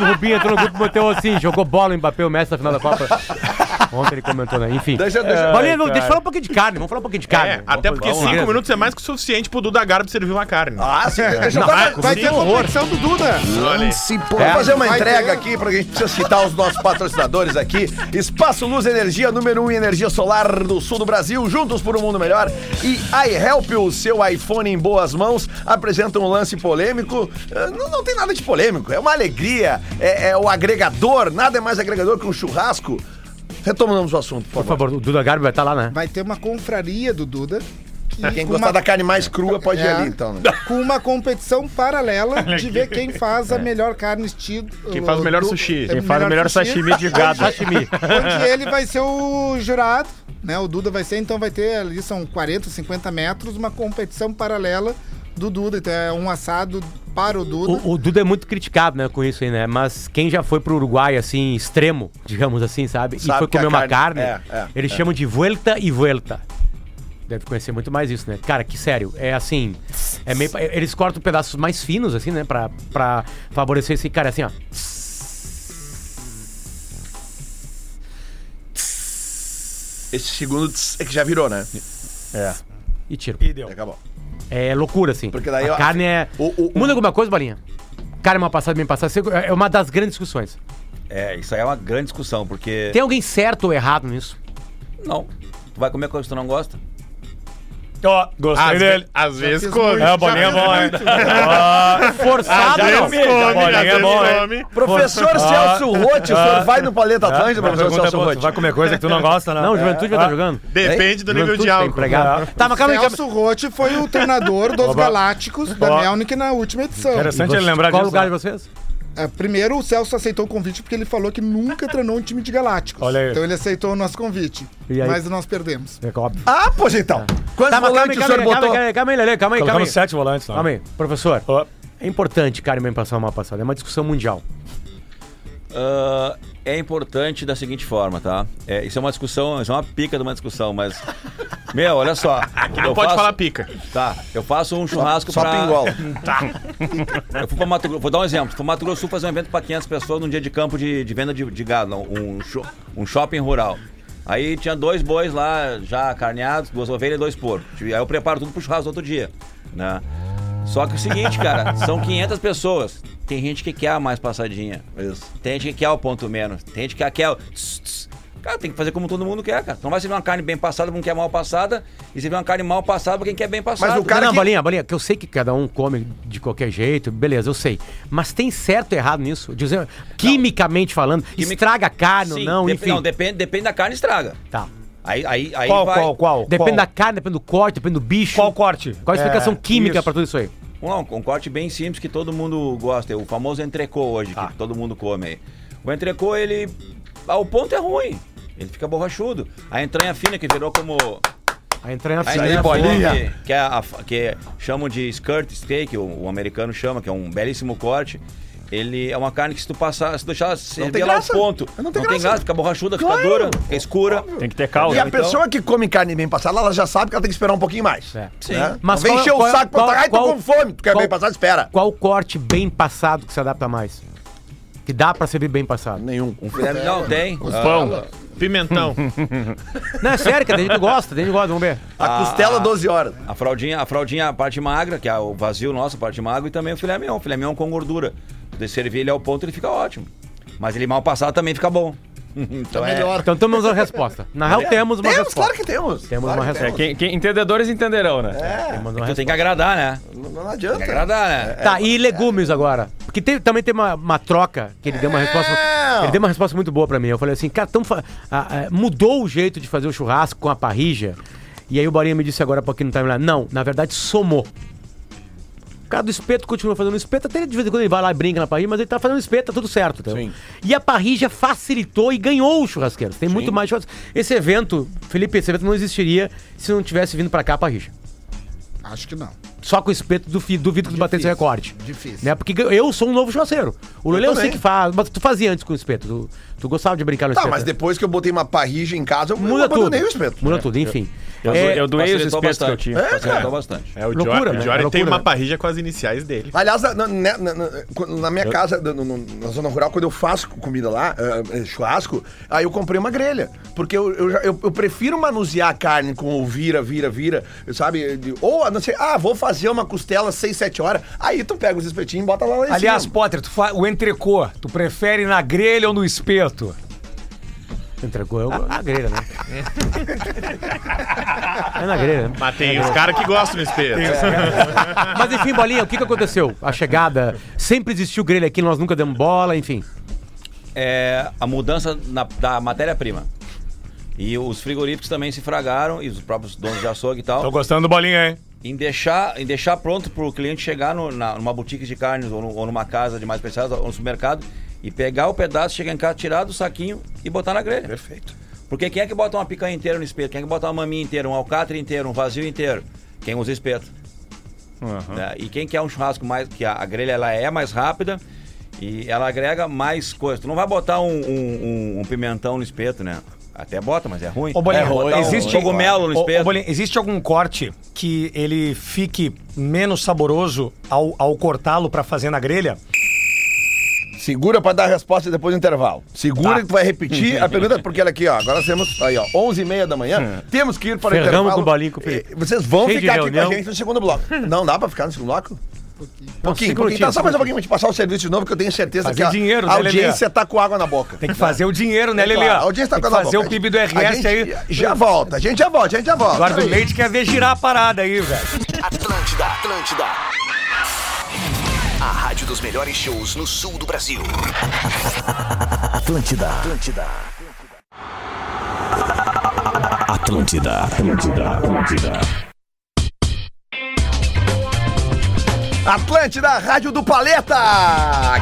O Rubinho entrou no grupo e boteu assim, jogou bola, Mbappé, o Messi na final da Copa. Ontem ele comentou, né? Enfim.
Deixa- deixa-
É, Bolinha, vamos- deixa eu falar um pouquinho de carne, vamos um né? falar um pouquinho de carne.
É, até porque
vamos lá.
5 minutos é mais que o suficiente pro Duda Garbi servir uma carne.
Ah, sim. Deixa eu
Não,
fazer-
vai-
vai
sim,
ter
horror.
competição do Duda.
Olha aí.
Lance, pô. Vou fazer uma
Vai
entrega
ter.
aqui, porque a gente precisa citar os nossos patrocinadores aqui. Espaço Luz Energia, número 1 um em energia solar do sul do Brasil, juntos por um mundo melhor. E iHelp, o seu iPhone em boas mãos, apresenta um lance polêmico. Eh, Não, não tem nada de polêmico, é uma alegria, é, é o agregador, nada é mais agregador que um churrasco. Retomamos o assunto,
Por
por favor.
favor, o Duda Garbi vai estar lá, né?
Vai ter uma confraria do Duda. que-
Quem
com
gostar
uma-
da carne mais crua pode ir
É.
ali, então. Né?
Com uma competição paralela de ver quem
[LAUGHS]
faz
É.
a melhor carne estilo.
Quem faz o melhor sushi.
Quem faz o melhor sashimi de gado.
Sashimi.
Onde ele vai ser o jurado, né? O Duda vai ser, então vai ter ali, são 40, 50 metros, uma competição paralela do Duda. Então é um assado para o
né?
Duda.
O, o Duda é muito criticado, né, com isso aí, né? Mas quem já foi pro Uruguai, assim, extremo, digamos assim, sabe?
Sabe
e foi
que a
comer uma
carne-
carne,
é, é,
eles chamam de vuelta e vuelta. Deve conhecer muito mais isso, né? Cara, que sério, é assim. É meio, pa- eles cortam pedaços mais finos, assim, né? Pra, pra favorecer esse cara, assim, ó.
Esse segundo tss é que já virou, né?
E tiro.
E deu.
Acabou.
É loucura, assim.
Porque daí,
a
ó,
carne é.
o- o- o-
Muda alguma coisa, Bolinha? Carne mal passada, bem passada. seco- É uma das grandes discussões.
É, isso aí é uma grande discussão, porque.
Tem alguém certo ou errado nisso?
Ah,
Não. Tu vai comer coisa que tu não gosta?
Ó, gostei
Ah,
Às,
dele.
ve- às vezes
fiz
come.
muito,
É,
Já
o Bolinha é
fiz
bom, [LAUGHS]
muito.
hein?
Forçado
é
Às
não.
vezes come,
Bolinha
às
é
vezes
bom, hein?
come.
Professor Celso Rotti, o senhor vai no Paleta Atlântica, professor
Pergunta
Celso
boa, tu
Rotti?
vai comer coisa que tu não gosta, né?
Não, o Juventude vai estar jogando.
Depende do nível
Juventude
de
tá
álcool.
empregado. Tá, mas calma aí. calma-
Celso Rotti foi o treinador dos
Oba.
Galácticos da
Ó.
Melnick na última edição.
Interessante ele lembrar
Qual
disso.
o lugar de
né?
vocês?
É, primeiro, o Celso aceitou o convite porque ele falou que nunca treinou um time de Galácticos.
Olha aí.
Então ele aceitou o nosso convite.
E aí?
Mas nós perdemos.
É óbvio.
Ah, pois então.
Tá,
Quantos
mas calma aí,
volantes o
calma
senhor
aí, calma
botou?
aí, calma aí, calma aí, Lelê, calma aí, calma aí.
Colocamos sete volantes, não.
Calma aí, professor.
Ó.
É importante carne bem passada ou mal passada. É uma discussão mundial.
Ah, é importante da seguinte forma, tá? É, isso é uma discussão, isso é uma pica de uma discussão, mas. Meu,
[LAUGHS]
olha só.
Não
eu
pode
faço-
falar pica.
Tá, eu faço um churrasco
Só
pra.
pingual.
Eu fui pra Mato Grosso, vou dar um exemplo. Fui pra Mato Grosso do Sul fazer um evento pra 500 pessoas num dia de campo de, de venda de, de gado, não, um, sho- um shopping rural. Aí tinha dois bois lá já carneados, duas ovelhas e dois porcos. Aí eu preparo tudo pro churrasco do outro dia, né? Só que é o seguinte, cara, são 500 pessoas. Tem gente que quer a mais passadinha.
Isso.
Tem gente que quer o ponto menos. Tem gente que quer o. tss, tss. Cara, tem que fazer como todo mundo quer, cara. Não vai servir uma carne bem passada pra quem quer mal passada. E servir uma carne mal passada pra quem quer bem passada.
o cara
não, não,
que-
bolinha, bolinha, que eu sei que cada um come de qualquer jeito, beleza, eu sei. Mas tem certo e errado nisso? Dizendo, quimicamente falando, estraga a carne ou
Sim,
não,
dep-
enfim.
depende, depende da carne estraga.
Tá.
Aí, aí, aí
Qual,
vai.
qual, qual?
Depende
qual?
da carne, depende do corte, depende do bicho.
Qual corte?
Qual a explicação
É,
química
isso.
pra tudo isso aí?
Vamos lá, um, um corte bem simples que todo mundo gosta. é O famoso entrecô hoje,
Tá.
que todo mundo come aí. O entrecô, ele. ah, o ponto é ruim. Ele fica borrachudo. A entranha fina, que virou como.
A entranha
A
fina.
entranha
bolinha.
fina, que, que, é a fa- que é- chamam de skirt steak, o, o americano chama, que é um belíssimo corte. Ele é uma carne que se tu passar, se deixar servir
tem
ela ao
graça.
ponto.
Não tem graça.
fica borrachuda, fica
Claro.
dura, fica escura.
Tem que ter caldo.
E a
Então-
pessoa que come carne bem passada, ela já sabe que ela tem que esperar um pouquinho mais. É.
Sim.
Mas
Mas vem
qual-
encher
qual- é-
o saco pra
qual-
falar, ai, tô
qual-
com fome. Tu quer
qual-
bem passada, espera.
Qual corte bem passado que se adapta mais? Que dá pra servir bem passado.
Nenhum.
Um filé mignon tem. Ah,
Pão. Pimentão.
Hum, Não, é sério, cara, tem gente que gosta, tem gente que gosta, vamos ver.
A costela, 12 horas.
A fraldinha, a fraldinha, é a parte magra, que é o vazio nosso, a parte magra, e também o filé mignon. O filé mignon com gordura. De servir ele ao ponto, ele fica ótimo. Mas ele mal passado também fica bom. [LAUGHS] então é,
Melhor.
Então temos uma resposta. Na real, temos uma
Temos,
resposta.
claro que temos.
Temos
Claro
uma
que
resposta.
É, Quem, quem- entendedores entenderão, né?
Temos uma
Tu tem que agradar, né?
temos. Não
Tem que
adianta.
agradar, né?
Tá, e legumes agora? Porque teve- também tem uma, uma troca que ele deu uma resposta. Ele deu uma resposta muito boa pra mim. Eu falei assim, cara, tão fa- ah, ah, mudou o jeito de fazer o churrasco com a parrija. E aí o Borinha me disse agora há pouquinho no timeline. Não, na verdade somou. O cara do espeto continua fazendo espeto, até ele, de vez em quando ele vai lá e brinca na parrija, mas ele tá fazendo espeto, tá tudo certo. Entendeu?
Sim.
E a parrija facilitou e ganhou os churrasqueiros. Tem muito mais churrasqueiros. Esse evento, Felipe, esse evento não existiria se não tivesse vindo pra cá a parrija.
Acho que não.
Só com o espeto, duvi- duvido que tu batesse esse recorde.
Difícil.
Né? Porque eu sou um novo churrasqueiro. O Lelê eu, sei
também.
que faz, mas tu fazia antes com o espeto. Tu, tu gostava de brincar no
Tá,
espeto.
mas
né?
depois que eu botei uma parrija em casa, eu eu
Muda tudo.
abandonei o espeto.
Muda tudo, enfim.
Eu,
É,
eu doei os
Facilitou
espetos que eu
bastante.
tinha.
Facilitou bastante.
É o
Loucura,
Jory.
né?
O Jory
É
tem
loucura,
uma
né?
parrilla com as iniciais dele.
Aliás, na, na- na- na- na minha casa, na, na- na zona rural, quando eu faço comida lá, eh, eh, churrasco, aí eu comprei uma grelha. Porque eu, eu, já- eu- eu prefiro manusear a carne com o vira, vira, vira, sabe? De- Ou, a não sei, ah, vou fazer uma costela 6, 7 horas. Aí tu pega os espetinhos e bota lá, em
Aliás,
cima.
Potter, tu fa- o entrecô, tu prefere na grelha ou no espeto?
Entregou eu na grelha, né? é na grelha. né?
Mas tem os caras que gostam do espeto.
Mas enfim, Bolinha, o que, que aconteceu? A chegada, sempre existiu grelha aqui, nós nunca demos bola, enfim.
É a mudança na- da matéria-prima. E os frigoríficos também se fragaram, e os próprios donos de açougue e tal.
Tô gostando do bolinha, hein?
em deixar, em deixar pronto para o cliente chegar no- na- numa boutique de carnes ou, no- ou numa casa de mais peçadas ou no supermercado e pegar o pedaço, chegar em casa, tirar do saquinho e botar na grelha. Perfeito. Porque quem é que bota uma picanha inteira no espeto? Quem é que bota uma maminha inteira, um alcatra inteiro, um vazio inteiro? Quem usa espeto. né? E quem quer um churrasco mais. que a, a grelha ela é mais rápida e ela agrega mais coisas. Tu não vai botar um, um- um- um pimentão no espeto, né? Até bota, mas é ruim.
Ô, Bolinha,
é, botar
existe-
um cogumelo no
Ô,
espeto.
ô, Bolinha, existe algum corte que ele fique menos saboroso ao, ao cortá-lo pra fazer na grelha?
Segura pra dar a resposta depois do intervalo. Segura
Tá.
que tu vai repetir a pergunta, porque olha aqui, ó. Agora temos aí, ó, 11h30 da
Hum.
manhã. Temos que ir para o
Ferramos
intervalo.
com o bolinho, com o Felipe.
Eh, Vocês vão
Cheio de
ficar aqui com a
reunião.
gente no segundo bloco. Não dá pra ficar no segundo bloco? Pouquinho,
cinco
pouquinho. Tá,
minutinhos,
só mais um
cinco
pouquinho pra gente passar o serviço de novo, que eu tenho certeza
Fazer
que a,
dinheiro,
a
né, Lelê?
audiência tá com água na boca.
Tem que fazer o dinheiro, né, Lelê?
Claro, a audiência tá
Tem
com
que
água na boca.
fazer o PIB do
A gente
RS aí.
Já volta, a gente já volta, a gente já volta.
Eduardo Leite quer ver girar a parada aí, velho.
Atlântida, Atlântida. A rádio dos melhores shows no sul do Brasil. Atlântida, Atlântida.
Atlântida, Atlântida, Atlântida.
Atlântida, Rádio do Paleta!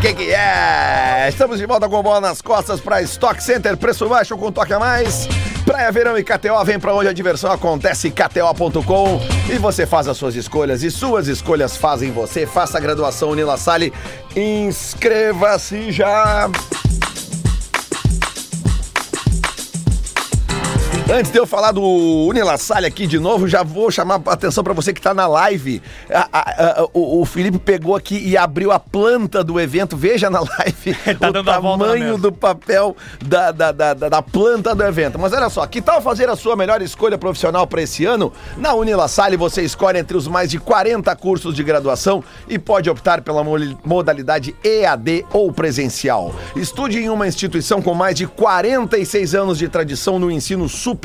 Que que é? Estamos de volta com bola nas costas para Stock Center, preço baixo com toque a mais. Praia Verão e KTO, vem pra onde a diversão acontece, KTO.com. E você faz as suas escolhas e suas escolhas fazem você. Faça a graduação Nila Sale, inscreva-se já! Antes de eu falar do Unilassalle aqui de novo, já vou chamar a atenção para você que tá na live. A- a- a- o, o Felipe pegou aqui e abriu a planta do evento. Veja na [LAUGHS] live
Tá
o
dando a volta na
tamanho
mesa.
do papel da, da, da, da- da planta do evento. Mas olha só, que tal fazer a sua melhor escolha profissional para esse ano? Na Unilassalle você escolhe entre os mais de 40 cursos de graduação e pode optar pela moli- modalidade EAD ou presencial. Estude em uma instituição com mais de 46 anos de tradição no ensino superior.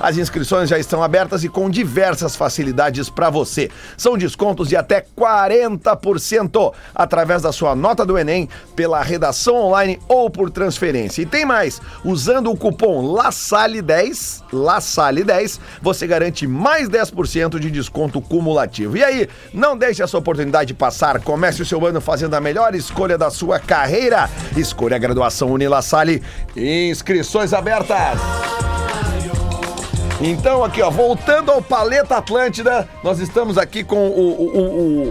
As inscrições já estão abertas e com diversas facilidades para você. São descontos de até 40% através da sua nota do Enem, pela redação online ou por transferência. E tem mais, usando o cupom LASSALE10, LASSALE10, você garante mais 10% de desconto cumulativo. E aí, não deixe essa oportunidade passar. Comece o seu ano fazendo a melhor escolha da sua carreira. Escolha a graduação Unilassalle. Inscrições abertas. Então, aqui, ó, voltando ao Paleta Atlântida, nós estamos aqui com o. o, o- o-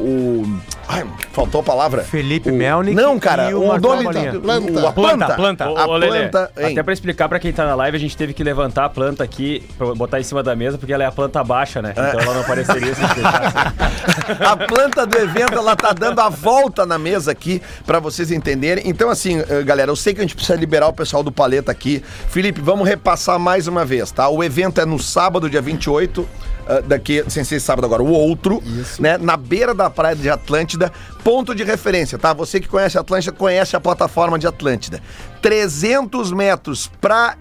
o- Ai, faltou a palavra.
Felipe
o...
Melnick
Não, cara,
e
o,
o Marcão
nome
Bolinha.
da
Planta.
o- a planta.
Planta, planta.
A
Ô, ô, Lelê,
planta. hein?
até pra explicar pra quem tá na live, a gente teve que levantar a planta aqui, pra botar em cima da mesa, porque ela é a planta baixa, né? Então ela não apareceria se a gente deixasse.
[LAUGHS] A planta do evento, ela tá dando a volta na mesa aqui, pra vocês entenderem. Então, assim, eh, galera, eu sei que a gente precisa liberar o pessoal do Paleta aqui. Felipe, vamos repassar mais uma vez, tá? O evento é no sábado, dia 28. eh, daqui, sem ser sábado agora, o outro, né? Na beira da praia de Atlântida, ponto de referência, tá? Você que conhece Atlântida, conhece a plataforma de Atlântida. 300 metros pra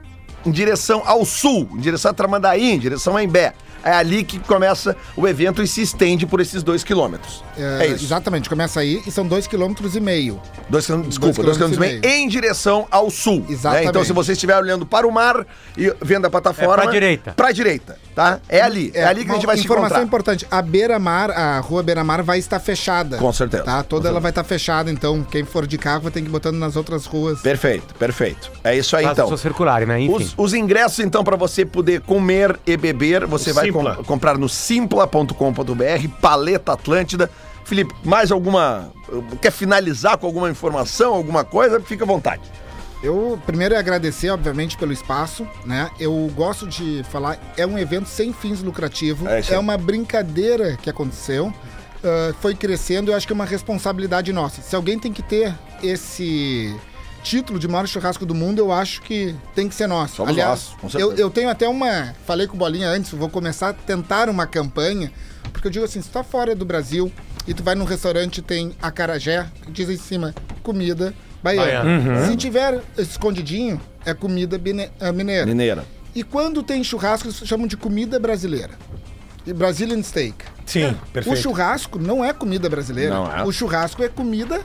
em direção ao sul, em direção a Tramandaí, em direção a Embé. É ali que começa o evento e se estende por esses dois quilômetros. É, isso.
Exatamente, começa aí e são dois quilômetros e meio.
Dois quilômetros, desculpa, dois
dois
quilômetros e meio,
quilômetros e
em direção ao sul. né?
Exatamente.
Então, se você estiver olhando para o mar e vendo a plataforma.
É pra direita.
Pra direita, tá? É ali. É, ali que a gente vai se
Informação
encontrar.
importante, a Beira-Mar, a rua Beira-Mar vai estar fechada.
Com certeza.
Tá? Toda ela vai estar fechada, então quem for de carro vai ter que ir botando nas outras ruas.
Perfeito, perfeito. É isso aí,
As
então.
pessoas circularem, né? Enfim.
Os, os ingressos, então, para você poder comer e beber, você vai
Simpla.
com- comprar no simpla.com.br, Paleta Atlântida. Felipe, mais alguma. Quer finalizar com alguma informação, alguma coisa? Fica à vontade.
Eu primeiro ia agradecer, obviamente, pelo espaço, né? Eu gosto de falar, é um evento sem fins lucrativos,
É
é,
isso aí.
uma brincadeira que aconteceu, ah, foi crescendo, eu acho que é uma responsabilidade nossa. Se alguém tem que ter esse título de maior churrasco do mundo, eu acho que tem que ser nosso.
Somos
Aliás,
nós, com certeza.
eu, eu tenho até uma, falei com o Bolinha antes, vou começar a tentar uma campanha, porque eu digo assim, se tu tá fora do Brasil e tu vai num restaurante e tem acarajé, diz em cima, comida baiana. Se tiver escondidinho, é comida bine- eh, mineira.
Mineira.
E quando tem churrasco, eles chamam de comida brasileira. E Brazilian steak. É.
Sim,
O
perfeito.
churrasco não é comida brasileira.
Não é.
O churrasco é comida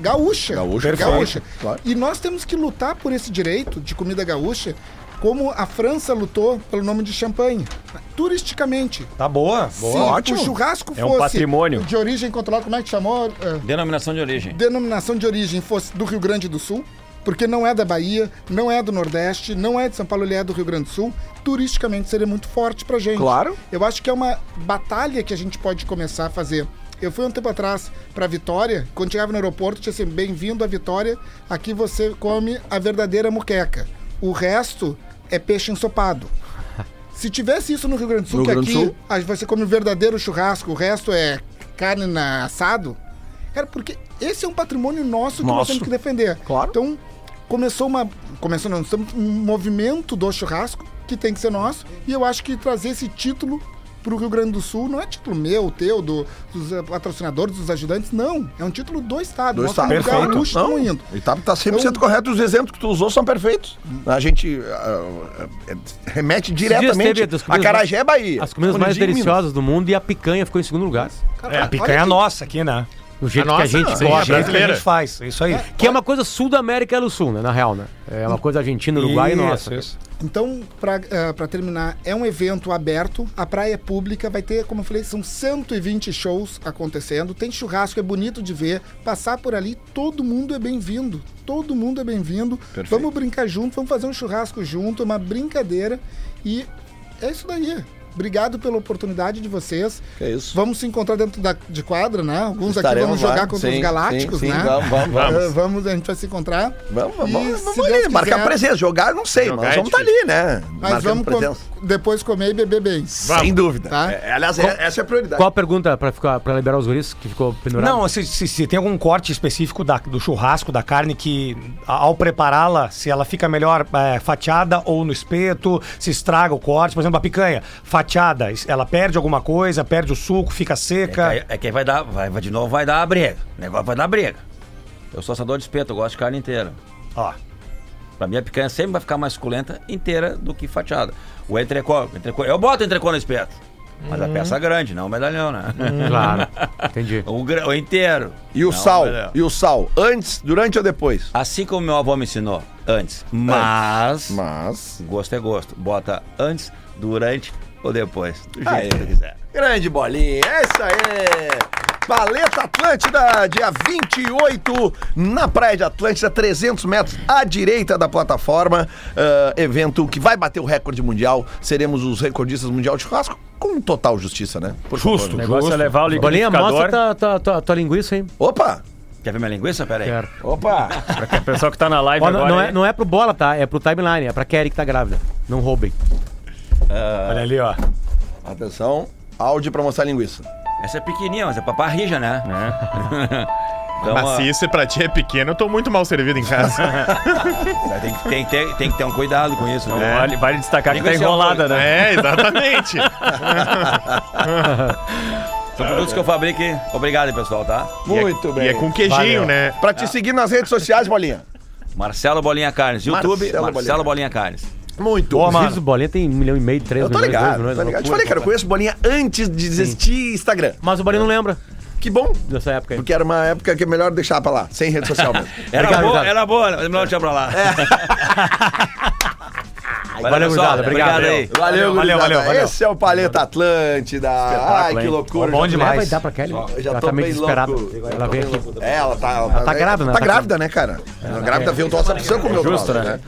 gaúcha.
Gaúcha,
gaúcha.
perfeito, claro.
E nós temos que lutar por esse direito de comida gaúcha, como a França lutou pelo nome de champanhe. Turisticamente.
Tá boa?
Se
Boa.
o churrasco
É um
fosse
patrimônio.
de origem controlada, como é que chamou? Eh,
Denominação de origem.
denominação de origem fosse do Rio Grande do Sul, porque não é da Bahia, não é do Nordeste, não é de São Paulo, ele é do Rio Grande do Sul, turisticamente seria muito forte pra gente.
Claro.
Eu acho que é uma batalha que a gente pode começar a fazer. Eu fui um tempo atrás pra Vitória, quando chegava no aeroporto, tinha assim, bem-vindo à Vitória, aqui você come a verdadeira muqueca. O resto é peixe [LAUGHS] ensopado. Se tivesse isso no Rio Grande do Sul,
No
que
Rio Grande
aqui
do Sul.
a- você come o verdadeiro churrasco, o resto é carne na assado, Cara, porque esse é um patrimônio nosso que nós
Nosso.
temos que defender.
Claro.
Então, começou uma. Começou não, estamos um movimento do churrasco que tem que ser nosso. E eu acho que trazer esse título pro Rio Grande do Sul não é título meu, teu, do- dos eh, patrocinadores, dos ajudantes, não. É um título do Estado.
Do
Nós
Estado.
temos
Perfeito.
gaúchos que estão indo.
E tá, tá 100%
Então-
correto. Os exemplos que tu usou são perfeitos. A gente ah, ah, é, remete diretamente.
teve das
A
comidas
Carajé é Bahia.
As comidas
Comidinha
mais
em Minas.
deliciosas do mundo e a picanha ficou em segundo lugar.
Cara,
É, a
olha
picanha
que-
nossa aqui, né?
Do jeito que
nossa,
a gente gosta.
sim, é
Do jeito que a
brasileira.
gente faz, isso aí.
Que é uma coisa sul da América do Sul, né? Na real, né? É uma coisa argentina, Uruguai
Isso,
e nossa.
isso.
Então, pra eh, pra terminar, é um evento aberto, a praia é pública, vai ter, como eu falei, são 120 shows acontecendo, tem churrasco, é bonito de ver, passar por ali, todo mundo é bem-vindo, todo mundo é bem-vindo, vamos brincar junto, vamos fazer um churrasco junto, é uma brincadeira e é isso daí. Obrigado pela oportunidade de vocês.
É isso.
Vamos se encontrar dentro da, de quadra, né? Alguns aqui
Estaremos
vamos jogar
lá,
contra
sim,
os Galácticos,
sim, sim,
né?
vamos, vamos,
vamos.
Eh, vamos, a gente vai se encontrar.
Vamos,
E,
vamos,
se
vamos
Deus
ali,
quiser-
marcar presença. Jogar, não sei,
Jogar
mas
é
vamos estar ali, né?
Mas
Marcando
vamos com- depois comer e beber bem.
Sem dúvida.
Tá?
É, aliás, é- essa é a prioridade.
Qual a pergunta pra, ficar, pra liberar os guris que ficou pendurado?
Não, se, se- se tem algum corte específico da- do churrasco, da carne, que a- ao prepará-la, se ela fica melhor é, fatiada ou no espeto, se estraga o corte. Por exemplo, a picanha, fatiada, es- ela perde alguma coisa, perde o suco, fica seca.
É que, aí- é que aí vai dar, vai, vai de novo, vai dar a brega. O negócio vai dar brega. Eu sou assador de espeto, eu gosto de carne inteira.
Ó,
Pra mim, a picanha sempre vai ficar mais suculenta inteira do que fatiada. O entrecô, o entrecô eu boto entrecô no espeto. Mas a peça é grande, não o medalhão, né?
Claro. Entendi.
[LAUGHS] o, gra- o inteiro.
E o
Não,
sal?
medalhão.
E o sal? Antes, durante ou depois?
Assim como meu avô me ensinou antes. Mas,
Mas.
gosto é gosto. Bota antes, durante ou depois. Do jeito
Aí.
que tu quiser.
Grande bolinha, é isso aí! Paleta Atlântida, dia 28, na Praia de Atlântida, 300 metros à direita da plataforma. Ah, evento que vai bater o recorde mundial. Seremos os recordistas mundial de churrasco com total justiça, né? Por
O
Justo.
negócio é levar o
Bolinha, mostra
liquidificador.
tua, tua, tua, tua linguiça, hein?
Opa!
Quer ver minha linguiça? Pera
É.
aí.
Quero.
Opa!
O pessoal que tá na live
Ó, não,
agora.
não
aí.
é, não é pro bola, tá? É pro timeline, é pra Kelly que tá grávida. Não roubem.
Ah.
olha ali, ó.
Atenção, áudio pra mostrar a linguiça.
Essa é pequenininha, mas é pra parrija, né? [LAUGHS] então,
Mas
ó,
se isso pra ti é pequeno, eu tô muito mal servido em
[LAUGHS]
casa.
tem, que, tem, que ter, tem que ter um cuidado com isso,
Então,
né?
Vale, vale destacar que tá
Linguiça é uma
enrolada, né?
é, exatamente.
São produtos que eu fabrico. hein? Obrigado, pessoal, tá?
Muito
e é, E é com queijinho, né?
Pra te seguir nas redes sociais, bolinha.
Marcelo Bolinha Carnes, YouTube,
Marcelo
Marcelo,
Bolinha.
Bolinha. Carnes.
Muito.
Os vídeos do Bolinha tem um milhão e meio, três
Eu tô
milhões, dois
ligado,
milhões,
tô
uma
ligado. Eu te
né? loucura.
falei, cara, eu conheço bolinha antes de existir Instagram.
Mas o Bolinha não lembra
Que bom.
dessa época aí.
Porque era uma época que é melhor deixar pra lá, sem rede social mesmo.
Era
Obrigado,
boa,
obrigado.
era boa, mas melhor deixar pra lá. [LAUGHS]
Valeu,
pessoal.
gurizada, obrigado.
aí.
Valeu, valeu,
valeu, valeu.
Esse é o Paleta Atlântida. Ai, que
hein?
loucura.
Bom
já tô-
demais.
Vai dar pra Kelly?
Eu já
ela
tô
tá meio
bem
desesperada.
louco. Eu
Ela vem
tô bem
aqui.
louco. É, ela tá. Ela
tá grávida, né?
Tá
Tá
grávida, né, cara? Ela grávida veio o troço, ela precisa comer o troço,
né?
né?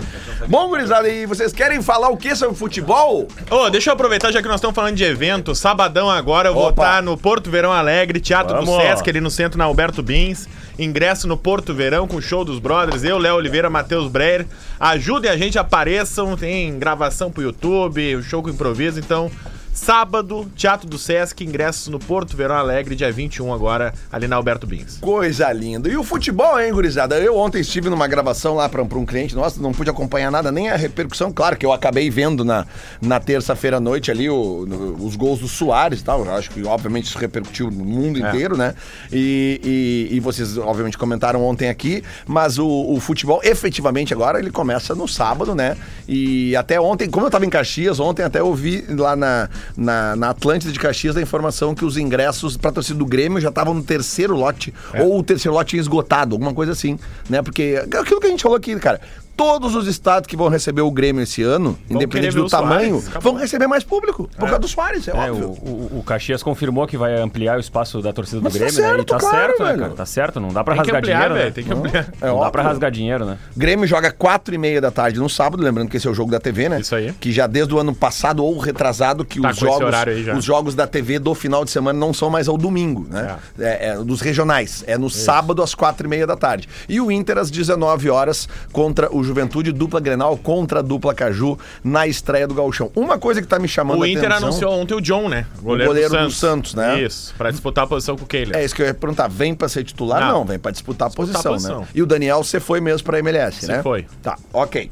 Bom, gurizada, e vocês querem falar o que sobre futebol?
Ô, deixa eu aproveitar, já que nós estamos falando de evento. Sabadão agora eu vou
Opa.
estar no Porto Verão Alegre, Teatro do
Vamos.
Sesc, ali no centro, na Alberto Bins. Ingresso no Porto Verão com o show dos brothers. Eu, Léo Oliveira, Matheus Breyer. Ajudem a gente, apareçam. Tem gravação pro YouTube, o show com improviso. Então, sábado, Teatro do Sesc, ingressos no Porto Verão Alegre, dia 21 agora, ali na Alberto Bins.
Coisa linda. E o futebol, hein, gurizada? Eu ontem estive numa gravação lá pra pra um cliente nosso, não pude acompanhar nada, nem a repercussão. Claro que eu acabei vendo na, na terça-feira à noite ali o- no- os gols do Soares e tal. Eu acho que, obviamente, isso repercutiu no mundo inteiro, né? E, e- e vocês, obviamente, comentaram ontem aqui, mas o, o futebol, efetivamente, agora ele começa no sábado, né? E até ontem, como eu tava em Caxias, ontem até eu vi lá na, na, na Atlântida de Caxias a informação que os ingressos pra torcida do Grêmio já estavam no terceiro lote,
É.
ou o terceiro lote tinha esgotado, alguma coisa assim, né? Porque é aquilo que a gente falou aqui, cara, todos os estados que vão receber o Grêmio esse ano, independente
querer ver
do
o Suárez,
tamanho,
acabou.
vão receber mais público, por causa do Soares, é,
É, o,
óbvio.
o, o Caxias confirmou que vai ampliar o espaço da torcida do
Mas tá
Grêmio, né? E
certo,
tá
claro,
certo, né,
velho.
cara? Tá certo, não dá pra
Tem que
rasgar
ampliar,
dinheiro, né?
velho. Tem que ampliar.
É
não dá
óbvio.
pra rasgar dinheiro, né?
Grêmio joga quatro e meia da tarde no sábado, lembrando que esse é o jogo da TV, né?
Isso aí.
Que já desde o ano passado ou retrasado que
Tá
os
com esse
jogos,
horário aí já.
os jogos da TV do final de semana não são mais ao domingo, né? É, é dos regionais, é no sábado às quatro e meia da tarde. E o Inter às 19 horas contra o Juventude, dupla Grenal contra a dupla Caju na estreia do Gauchão. Uma coisa que tá me chamando
O
a
Inter
atenção-
anunciou ontem o John, né?
goleiro do Santos, né?
Isso, pra disputar a posição com o Kehler.
É isso que eu ia perguntar. Vem pra ser titular? Não,
Não.
vem pra disputar a
Disputar a
posição, né?
posição.
E o Daniel, você foi mesmo pra MLS, né?
foi.
Tá, ok.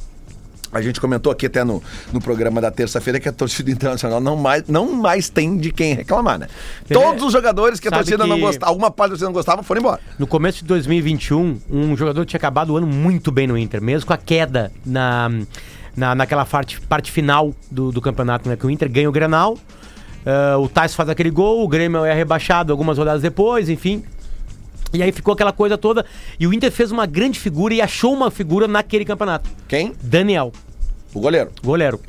A gente comentou aqui até no, no programa da terça-feira que a torcida internacional não mais, não mais tem de quem reclamar, né? Todos os jogadores que a
Sabe
torcida não
que-
gostava, alguma parte da torcida não gostava, foram embora.
No começo de 2021, um jogador tinha acabado o ano muito bem no Inter, mesmo com a queda na, na, naquela parte, parte final do, do campeonato, né? Que o Inter ganha o Granal, ah, o Tais faz aquele gol, o Grêmio é rebaixado algumas rodadas depois, enfim. E aí ficou aquela coisa toda. E o Inter fez uma grande figura e achou uma figura naquele campeonato. é
Quem?
Daniel
O goleiro.
goleiro.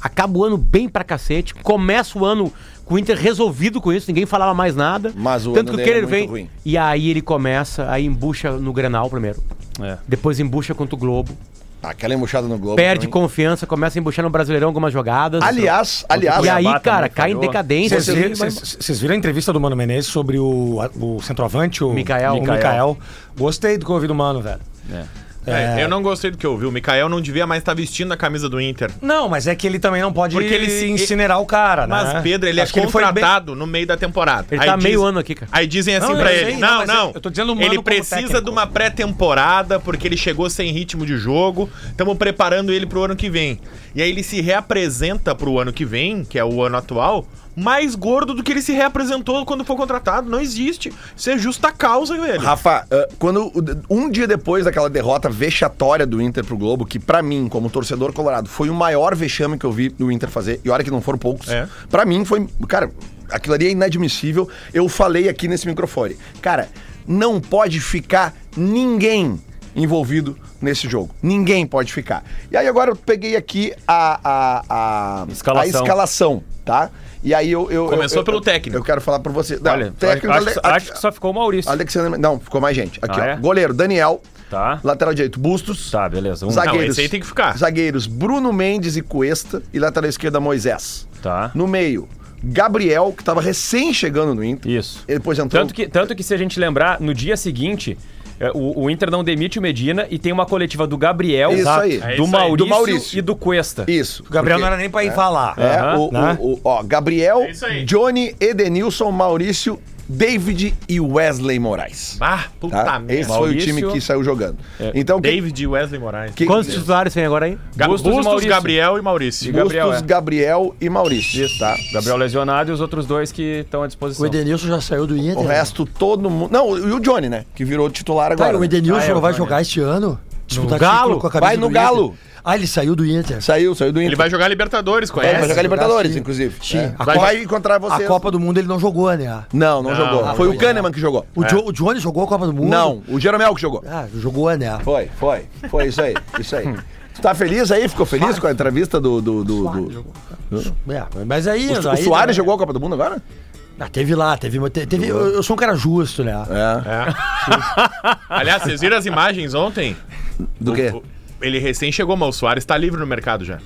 Acaba o ano bem pra cacete, começa o ano com o Inter resolvido com isso, ninguém falava mais nada.
Mas o ano
Tanto que o
dele é
Keller
muito
vem.
ruim.
E aí ele começa, aí embucha no Grenal primeiro.
É.
Depois embucha contra o Globo.
Aquela embuchada no Globo.
perde
pra mim.
confiança, começa a embuchar no Brasileirão algumas jogadas.
Aliás, aliás,
e aí,
Cuiabá
cara,
também
cai em
falhou.
decadência.
Vocês
assim,
viram,
mas-
vocês- vocês viram a entrevista do Mano Menezes sobre o, o centroavante, o
Mikael.
o Mikael. Gostei do que eu ouvi do Mano, velho.
É, eu não gostei do que eu vi. O Mikael não devia mais estar vestindo a camisa do Inter.
Não, mas é que ele também não pode
Porque ele
se
se-
incinerar o cara, né?
Mas, Pedro, ele
Acho que
é
foi bem-
contratado no meio da temporada.
Ele
Aí
tá
diz-
meio ano aqui, cara.
Aí dizem assim
Não, eu
pra
sei,
ele:
não,
não,
mas
não.
eu tô dizendo o Mano
ele
como
precisa
técnico.
de uma pré-temporada, porque ele chegou sem ritmo de jogo. Estamos preparando ele pro ano que vem. E aí ele se reapresenta pro ano que vem, que é o ano atual, mais gordo do que ele se reapresentou quando foi contratado. Não existe. Isso é justa causa, velho.
Rafa, ah, quando o- um dia depois daquela derrota vexatória do Inter pro Globo, que pra mim, como torcedor colorado, foi o maior vexame que eu vi do Inter fazer, e olha que não foram poucos,
É.
pra mim foi, cara, aquilo ali é inadmissível. Eu falei aqui nesse microfone. Cara, não pode ficar ninguém envolvido nesse jogo. Ninguém pode ficar. E aí agora eu peguei aqui a a, a, a
Escalação.
escalação, tá? E aí eu, eu
Começou
eu- eu-
pelo técnico.
Eu quero falar pra você. Não,
Olha,
técnico,
acho, acho-
ale-
acho que só ficou o Maurício.
Alexandre. Não, ficou mais gente. Aqui,
Ah,
ó.
é?
Goleiro, Daniel.
Tá.
Lateral direito, Bustos.
Tá, beleza. Um.
Zagueiros.
Não, esse aí tem que ficar.
Zagueiros, Bruno Mendes e Cuesta. E lateral esquerda, Moisés.
Tá.
No meio, Gabriel, que tava recém chegando no Inter.
Isso.
Ele depois entrou.
Tanto que, tanto que se a gente lembrar, no dia seguinte, eh, o, o Inter não demite o Medina e tem uma coletiva do Gabriel,
Isso
Exato.
aí.
do,
É
isso aí.
Maurício
Do Maurício.
e do Cuesta.
Isso.
O Gabriel
porque-
não era nem pra ir falar.
É,
Aham,
o,
né?
o- o- ó, Gabriel,
É isso aí.
Johnny, Edenilson, Maurício, David e Wesley Moraes.
Ah, puta
Tá?
merda.
Esse foi o
Maurício-
time que saiu jogando. então, que-
David e Wesley Moraes.
que-
Quantos titulares tem agora aí?
Ga-
Bustos e
Bustos,
Maurício.
Gabriel e Maurício.
E Gabriel,
Bustos,
é.
Gabriel e Maurício. Isso. Tá?
Gabriel lesionado e os outros dois que estão à disposição.
O Edenilson já saiu do Inter.
O resto todo mundo. Não, e o Johnny, né? Que virou titular
Cara,
agora.
o
né?
Edenilson
Ah, é,
não
o
vai
Flamengo.
jogar este ano. Disputar
Galo.
título com a camisa
Vai no
do Inter.
Galo.
Ah, ele saiu do Inter.
Saiu, saiu do Inter.
Ele vai jogar Libertadores,
É, ele vai
conhece?
jogar Libertadores,
sim.
inclusive.
Sim.
É.
A
Vai,
Copa-
vai encontrar
A
vocês.
Copa do Mundo ele não jogou, né?
Não, não, jogou.
não,
Ah, foi
não.
o Kahneman que jogou.
O, Jo- o Johnny jogou a Copa do Mundo?
Não, o Jeromel que jogou.
Ah, jogou, né?
Foi, foi. Foi isso aí, isso aí. Tu tá feliz aí? Ficou feliz com a entrevista do. do, do, do-
É, mas aí.
O, Su- o
aí
Soares
né?
jogou a Copa do Mundo agora?
Ah, teve lá, teve. te- teve eu, eu sou um cara justo, né?
É.
Aliás, vocês viram as imagens ontem?
Do quê?
O- Ele recém chegou, mas o Soares tá livre no mercado já.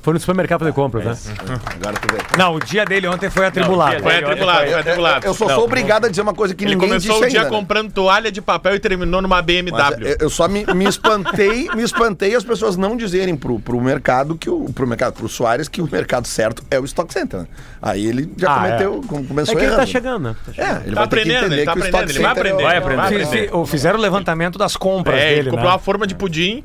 Foi no supermercado fazer compras, né?
Agora tu vê.
É. Não, o dia dele ontem foi atribulado.
Não, o
Foi
Ele-
atribulado, foi atribulado.
Ah, Eu só
Não.
sou obrigado a dizer uma coisa que
Ele
ninguém
começou
disse
o dia
ainda, né?
comprando toalha de papel e terminou numa BMW.
Mas eu, eu só me, me espantei, me espantei as pessoas não dizerem pro, pro mercado que o pro mercado pro Soares que o mercado certo é o Stock Center. né? Aí ele já
Ah,
cometeu, com- começou
É que ele
errando.
tá chegando, né?
É, ele
Tá
vai ter que
aprendendo,
entender
ele tá
que o Stock
aprendendo, ele
Center
vai aprender.
é...
Vai aprender.
Vai
Fiz-
aprender.
fi- Fizeram o levantamento das compras
É, ele
dele, né?
comprou uma forma de pudim.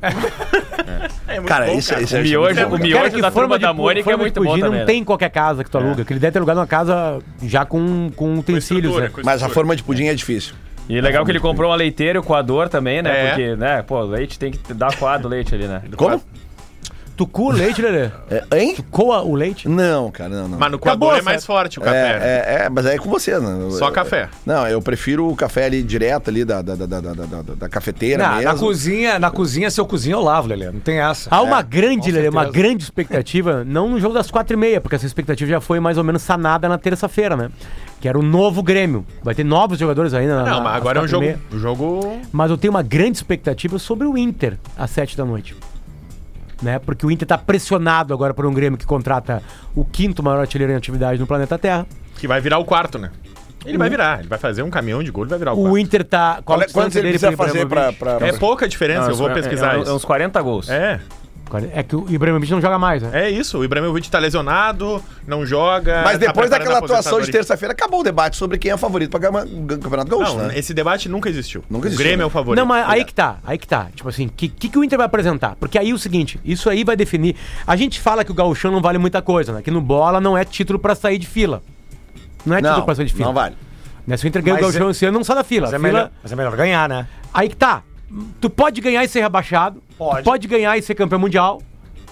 É muito
Cara,
bom,
isso, isso
O
é
miojo, o miojo
Cara,
da turma da
pu-
Mônica é
forma de
muito bom
pudim
também. É.
não tem em qualquer casa que tu aluga, que ele deve ter alugado uma casa já com, com utensílios,
Estrutura,
né?
coisa
Mas a
estrutura.
forma de pudim é difícil.
E legal que ele comprou uma leiteira e o coador também, né?
É.
Porque, né, pô, leite tem que dar coado do leite ali, né?
Como?
Tu coa o leite, Lelê?
É, hein?
Coa o leite?
Não, cara, não, não.
Mas no coador
Acabou,
é mais
certo?
forte o café. né?
É, é, é, mas aí é com você, né?
Só
Eu-
café.
Não, eu prefiro o café ali direto ali da, da, da, da, da, da, da- da cafeteira
Não, na
mesmo.
cozinha, na cozinha, se eu cozinho, eu lavo, Lelê. Não tem essa. É,
Há uma grande, Lelê, uma grande expectativa, não no jogo das quatro e meia, porque essa expectativa já foi mais ou menos sanada na terça-feira, né? Que era o novo Grêmio. Vai ter novos jogadores ainda. na-
Não,
na-
mas
às
agora é um
quatro
jogo.
e meia.
Um jogo.
Mas eu tenho uma grande expectativa sobre o Inter às sete da noite. Né? Porque o Inter tá pressionado agora por um Grêmio que contrata o quinto maior artilheiro em atividade no planeta Terra.
Que vai virar o quarto, né? Ele vai virar, ele vai fazer um caminhão de gol, ele vai virar o
O
quarto.
Inter tá. Qual
Qual
a
é, quantos
distância
ele
dele
precisa
pro
fazer pra...
Ibrahimovic?
pra, pra...
É um- pouca diferença, eu vou pesquisar
é,
isso.
É uns 40 gols.
É,
É que o Ibrahimovic não joga mais, né?
é isso. O Ibrahimovic tá lesionado, não joga.
Mas
tá
depois
preparando
daquela
a
atuação de
aposentadoria.
terça-feira, acabou o debate sobre quem é o favorito pra ganhar o Campeonato Gaúcho,
Não,
né?
esse é tipo debate nunca existiu.
Nunca
O
existiu,
Grêmio
né?
é o favorito.
Não, mas aí que tá, aí que tá. Tipo assim, o que, que, que o Inter vai apresentar? Porque aí é o seguinte, isso aí vai definir. A gente fala que o gauchão não vale muita coisa, né? Que no bola não é título pra sair de fila. Não é título
Não,
pra sair de fila.
não vale.
Né? Se o Inter ganha o
Mas
gauchão
é-
esse ano, não sai da fila.
Mas é,
Fila-
melhor, mas é melhor ganhar, né?
Aí que tá. Tu pode ganhar e ser rebaixado.
Pode.
Tu pode ganhar e ser campeão mundial.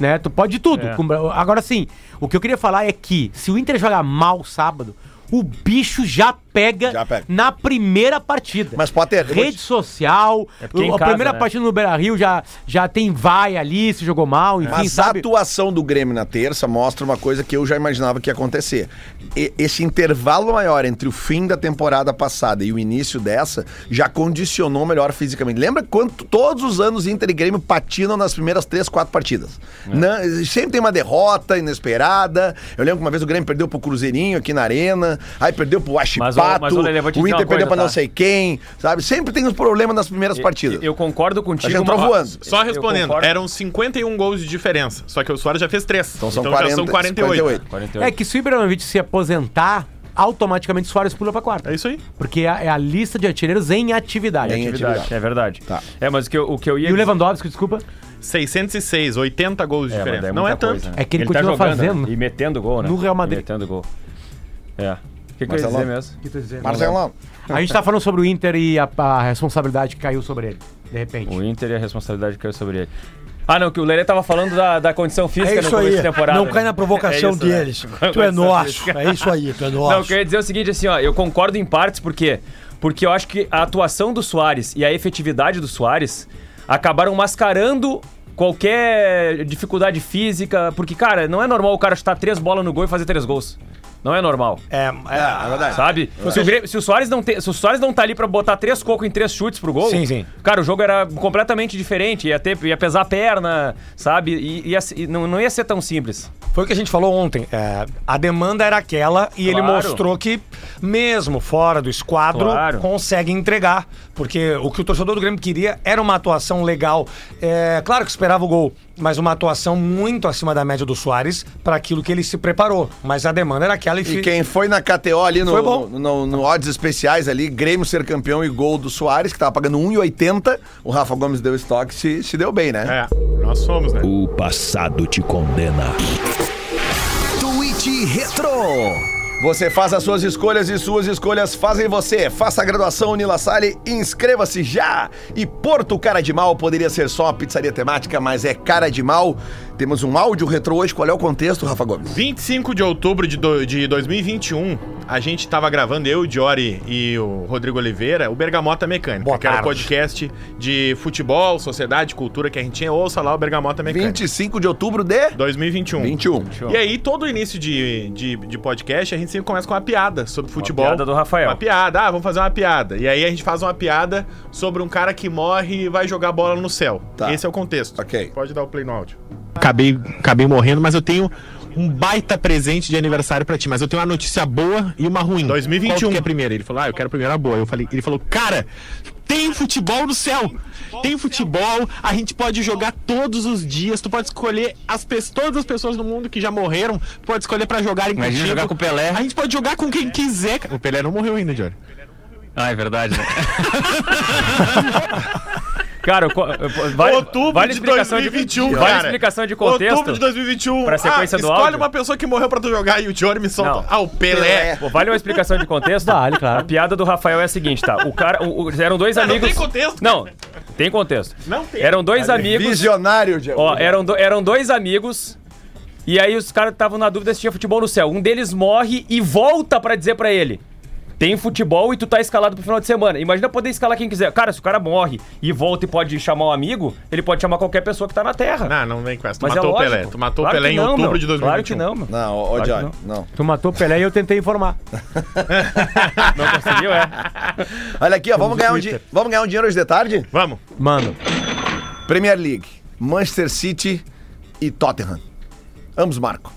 Né? Tu pode tudo.
É.
Com- Agora sim, o que eu queria falar é que se o Inter jogar mal sábado, o bicho já pega,
Já pega.
na primeira partida.
Mas, Potter, eu vou
Rede
te-
social.
porque é em
a
casa,
primeira
né?
partida no Beira Rio já, já tem vai ali, se jogou mal, enfim,
Mas a
sabe?
atuação do Grêmio na terça mostra uma coisa que eu já imaginava que ia acontecer. E- esse intervalo maior entre o fim da temporada passada e o início dessa já condicionou melhor fisicamente. Lembra quanto todos os anos Inter e Grêmio patinam nas primeiras três, quatro partidas?
É.
Não- sempre tem uma derrota inesperada. Eu lembro que uma vez o Grêmio perdeu pro Cruzeirinho aqui na Arena, aí perdeu pro
Mas, ô- mas,
Achipato,
ô, Lelê, vou te
o
dizer
Inter
uma
perdeu
coisa,
pra não
tá?
sei quem, sabe? Sempre tem os problemas nas primeiras partidas.
Eu, eu concordo contigo.
gente entrou
mas-
tá voando.
Só
Eu
respondendo,
concordo.
eram 51 gols de diferença. Só que o Soares já fez 3.
Então são 40,
já são 48.
58.
48.
É que se o Ibrahimovic se aposentar, automaticamente o Soares pula pra quarta.
É isso aí.
Porque é a, é a lista de artilheiros em atividade.
Em
É verdade, é verdade.
Tá.
É, mas o que eu, o que eu ia.
E o Lewandowski, desculpa.
606, 80 gols de
É, mas
diferença.
daí é
não
muita
é tanto.
coisa, né?
É que ele continua
jogando, né?
fazendo.
E metendo gol, né?
No Real Madrid.
E metendo gol. É. O que, que eu ia
Marcelo.
dizer mesmo?
Marcelão.
A gente tá falando sobre o Inter e a, a responsabilidade que caiu sobre ele, de repente.
O Inter e a responsabilidade que caiu sobre ele. Ah, não, que o Lelê tava falando da, da condição física
É
né, no
isso aí.
começo da temporada.
Não cai na provocação
É isso, né? [LAUGHS]
deles. Tu é nosso. É isso aí, tu é nosso.
Não, eu queria dizer o seguinte, assim, ó, eu concordo em partes, por quê? Porque eu acho que a atuação do Soares e a efetividade do Soares acabaram mascarando qualquer dificuldade física, porque, cara, não é normal o cara chutar três bolas no gol e fazer três gols. Não é normal.
É,
É, é verdade.
Sabe? Se, o Grêmio- se o Soares não te- se o Soares não tá ali pra botar três cocos em três chutes pro gol,
Sim, sim.
cara, o jogo era completamente diferente. Ia, ter, ia pesar a perna, sabe? E, ia se- e não, não ia ser tão simples.
Foi o que a gente falou ontem. é, a demanda era aquela e ele
Claro.
mostrou que, mesmo fora do esquadro,
Claro.
consegue entregar. Porque o que o torcedor do Grêmio queria era uma atuação legal. É, claro que esperava o gol, mas uma atuação muito acima da média do Soares para aquilo que ele se preparou. Mas a demanda era aquela e,
E
fi-
quem foi na KTO ali no,
Foi bom.
no, no- no odds especiais ali, Grêmio ser campeão e gol do Soares, que tava pagando 1,80, o Rafa Gomes deu estoque, se, se deu bem, né?
É, nós somos, né?
O passado te condena.
Twitch Retro. Você faz as suas escolhas e suas escolhas fazem você. Faça a graduação Unila Salle, inscreva-se já! E Porto Cara de Mal poderia ser só uma pizzaria temática, mas é Cara de Mal. Temos um áudio retro hoje. Qual é o contexto, Rafa Gomes?
25 de outubro de, do, de 2021, a gente tava gravando, eu, o Diori e o Rodrigo Oliveira, o Bergamota Mecânica,
Boa
que era o
tarde.
podcast de futebol, sociedade, cultura que a gente tinha. Ouça lá o Bergamota Mecânica.
25 de outubro de
2021.
21.
E aí, todo início de, de, de podcast, a gente sempre começa com uma piada sobre futebol.
piada do Rafael.
Uma piada. Ah, vamos fazer uma piada. E aí a gente faz uma piada sobre um cara que morre e vai jogar bola no céu.
Tá.
Esse é o contexto.
Ok.
Pode dar o play no áudio.
acabei, acabei morrendo, mas eu tenho um baita presente de aniversário pra ti. Mas eu tenho uma notícia boa e uma ruim.
2021.
Qual que é a primeira? Ele falou, ah, eu quero a primeira boa. Eu falei, ele falou, cara, tem futebol no céu. Tem futebol, a gente pode jogar todos os dias. Tu pode escolher as pessoas, todas as pessoas do mundo que já morreram, tu pode escolher pra jogarem
Imagina
contigo.
jogar com o Pelé.
A gente pode jogar com quem quiser. cara." O Pelé não morreu ainda, Jory.
Ah, é verdade, né?
Cara, eu co- eu- vale,
Outubro
vale
de
explicação
2021,
de,
cara.
Vale explicação de contexto.
Outubro de 2021.
Pra sequência do
Ah, escolhe
áudio.
uma pessoa que morreu pra tu jogar e o Diori me solta.
Não.
Ah, o Pelé.
É.
Pelé.
Pô, Vale uma explicação de contexto?
Vale, claro.
A piada do Rafael é a seguinte, tá? O cara, o- o- eram dois amigos.
tem contexto,
Não, tem contexto.
Não tem.
Eram dois
é
amigos.
Visionário, Diego.
é
Ó, eram, do- eram dois amigos. E aí os caras estavam na dúvida se tinha futebol no céu. Um deles morre e volta pra dizer pra ele: tem futebol e tu tá escalado pro final de semana. Imagina poder escalar quem quiser. Cara, se o cara morre e volta e pode chamar um amigo, ele pode chamar qualquer pessoa que tá na Terra.
Não, não vem com essa. Tu
Mas é
matou o
lógico.
Pelé. Tu matou
Claro
o Pelé
que
em
não,
outubro
meu.
de 2021.
Claro que não, mano.
Não, ô, ô
que
Johnny, não.
Tu matou o Pelé e eu tentei
[LAUGHS]
informar.
Não conseguiu, é.
Olha aqui, ó, vamos ganhar, um di- vamos ganhar um dinheiro hoje de tarde?
Vamos.
Mano,
Premier League, Manchester City e Tottenham. Ambos marcam.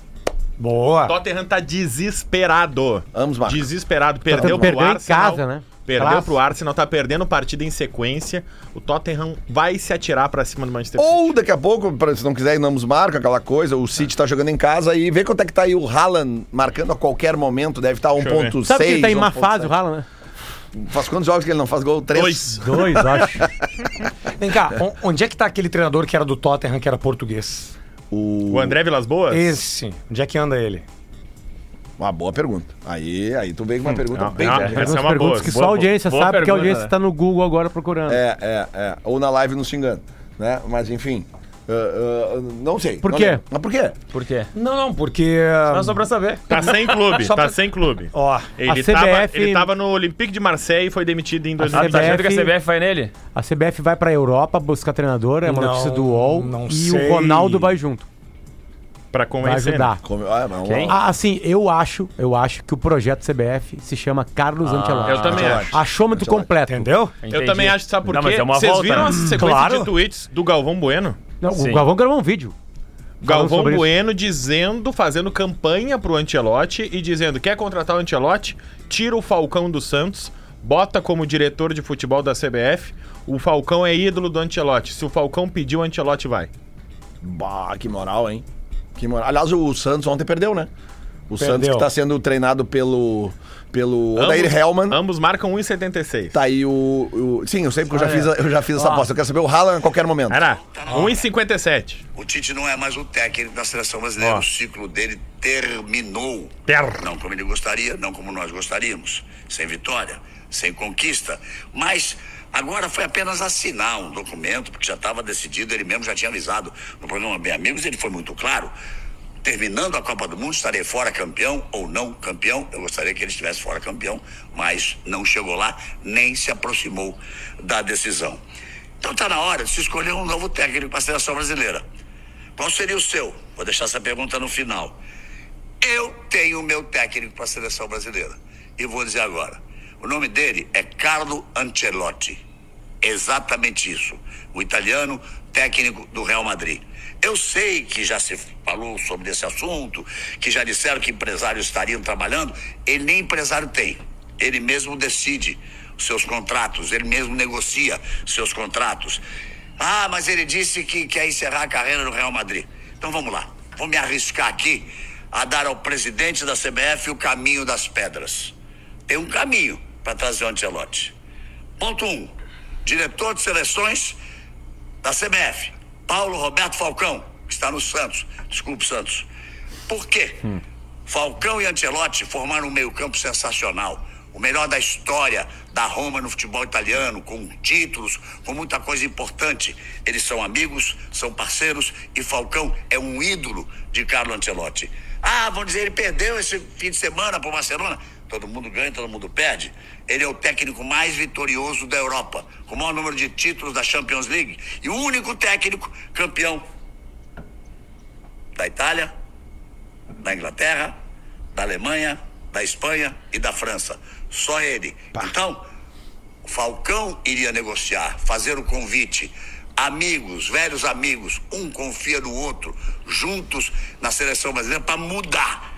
Boa. Tottenham tá desesperado.
Vamos, Marco.
Desesperado. Perdeu pro
perdeu em
Arsenal.
casa, né?
Perdeu
Clássico.
pro Arsenal, tá perdendo partida em sequência. O Tottenham vai se atirar pra cima do Manchester
Oh,
City.
Ou daqui a pouco, pra- se não quiser, não nos marca aquela coisa. O City tá jogando em casa e vê quanto é que tá aí o Haaland marcando a qualquer momento. Deve estar tá
eu ver.
1.6.
Sabe que ele tá em má
1.7.
fase, o Haaland, né?
Faz quantos jogos que ele não faz gol? Três.
Dois, acho.
Vem cá, on- onde é que tá aquele treinador que era do Tottenham, que era português?
O André Vilas Boas?
Esse. Onde é que anda ele?
Uma boa pergunta. Aí, aí tu vem com uma pergunta
não,
bem
não,
técnica.
essa é
Umas
uma boa.
perguntas que
boa,
só a audiência
boa
sabe, porque a
pergunta,
audiência
né?
tá no Google agora procurando.
É, é, é. Ou na live não se engana, né? Mas enfim. ah, ah, não sei.
Por
não
quê?
lembro. Mas por quê?
Por quê?
Não, não, porque.
Mas só pra saber.
Tá sem clube,
Só
tá
pra-
sem clube.
Ó,
Ele,
a
tava,
CBF
ele tava no Olympique de Marseille e foi demitido em
Ah, tá
2017.
achando que a CBF vai nele?
A CBF vai pra Europa buscar treinador, é uma
Não,
notícia do UOL.
não
e
sei.
o Ronaldo vai junto.
Pra
Vai
convencer. né?
ajudar.
Como, ah, mas-
Quem?
Ah, assim, eu acho, eu acho que o projeto CBF se chama Carlos Ancelotti.
Ah, Eu também acho.
Achômetro completo.
Entendeu?
Eu também acho, sabe por
Não,
quê?
mas é uma
Vocês
volta,
viram
né?
a sequência
Claro.
de tweets do Galvão Bueno?
Não,
Sim.
o Galvão gravou um vídeo. Falando
Galvão
sobre isso.
Bueno dizendo, fazendo campanha pro Ancelotti e dizendo: quer contratar o Ancelotti? Tira o Falcão do Santos, bota como diretor de futebol da CBF. O Falcão é ídolo do Ancelotti. Se o Falcão pedir, o Ancelotti vai.
Bah, que moral, hein? Que moral. Aliás, o Santos ontem perdeu, né? O
Perdeu.
Santos que tá sendo treinado pelo. pelo Odair
Ambos-
Hellman.
Ambos marcam 1,76.
Tá aí o, o- Sim, eu sei porque eu já fiz, a- eu já fiz essa aposta. Eu quero saber o Haaland a qualquer momento.
Ah, é. Era 1,57.
O Tite não é mais o técnico da seleção brasileira.
Ó.
O ciclo dele terminou.
Ter-
Não como ele gostaria, não como nós gostaríamos. Sem vitória, sem conquista. Mas agora foi apenas assinar um documento, porque já estava decidido, ele mesmo já tinha avisado. No programa Bem Amigos, ele foi muito claro. Terminando a Copa do Mundo, estarei fora campeão ou não campeão. Eu gostaria que ele estivesse fora campeão, mas não chegou lá, nem se aproximou da decisão. Então está na hora de se escolher um novo técnico para a seleção brasileira. Qual seria o seu? Vou deixar essa pergunta no final. Eu tenho o meu técnico para a seleção brasileira. E vou dizer agora. O nome dele é Carlo Ancelotti. Exatamente isso. O italiano técnico do Real Madrid. Eu sei que já se falou sobre esse assunto, que já disseram que empresários estariam trabalhando. Ele nem empresário tem. Ele mesmo decide os seus contratos, ele mesmo negocia seus contratos. Ah, mas ele disse que quer encerrar a carreira no Real Madrid. Então vamos lá. Vou me arriscar aqui a dar ao presidente da CBF o caminho das pedras. Tem um caminho para trazer o Ancelotti. Ponto 1. Um, diretor de seleções da CBF, Paulo Roberto Falcão, que está no Santos. Desculpe, Santos. Por quê? Falcão e Ancelotti formaram um meio-campo sensacional. O melhor da história da Roma no futebol italiano, com títulos, com muita coisa importante. Eles são amigos, são parceiros e Falcão é um ídolo de Carlo Ancelotti. Ah, vão dizer, ele perdeu esse fim de semana para o Barcelona. Todo mundo ganha, todo mundo perde. Ele é o técnico mais vitorioso da Europa, com o maior número de títulos da Champions League e o único técnico campeão da Itália, da Inglaterra, da Alemanha, da Espanha e da França. Só ele. Então, o Falcão iria negociar, fazer o convite. Amigos, velhos amigos, um confia no outro, juntos na seleção brasileira para mudar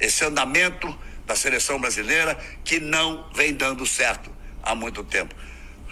esse andamento da seleção brasileira que não vem dando certo há muito tempo.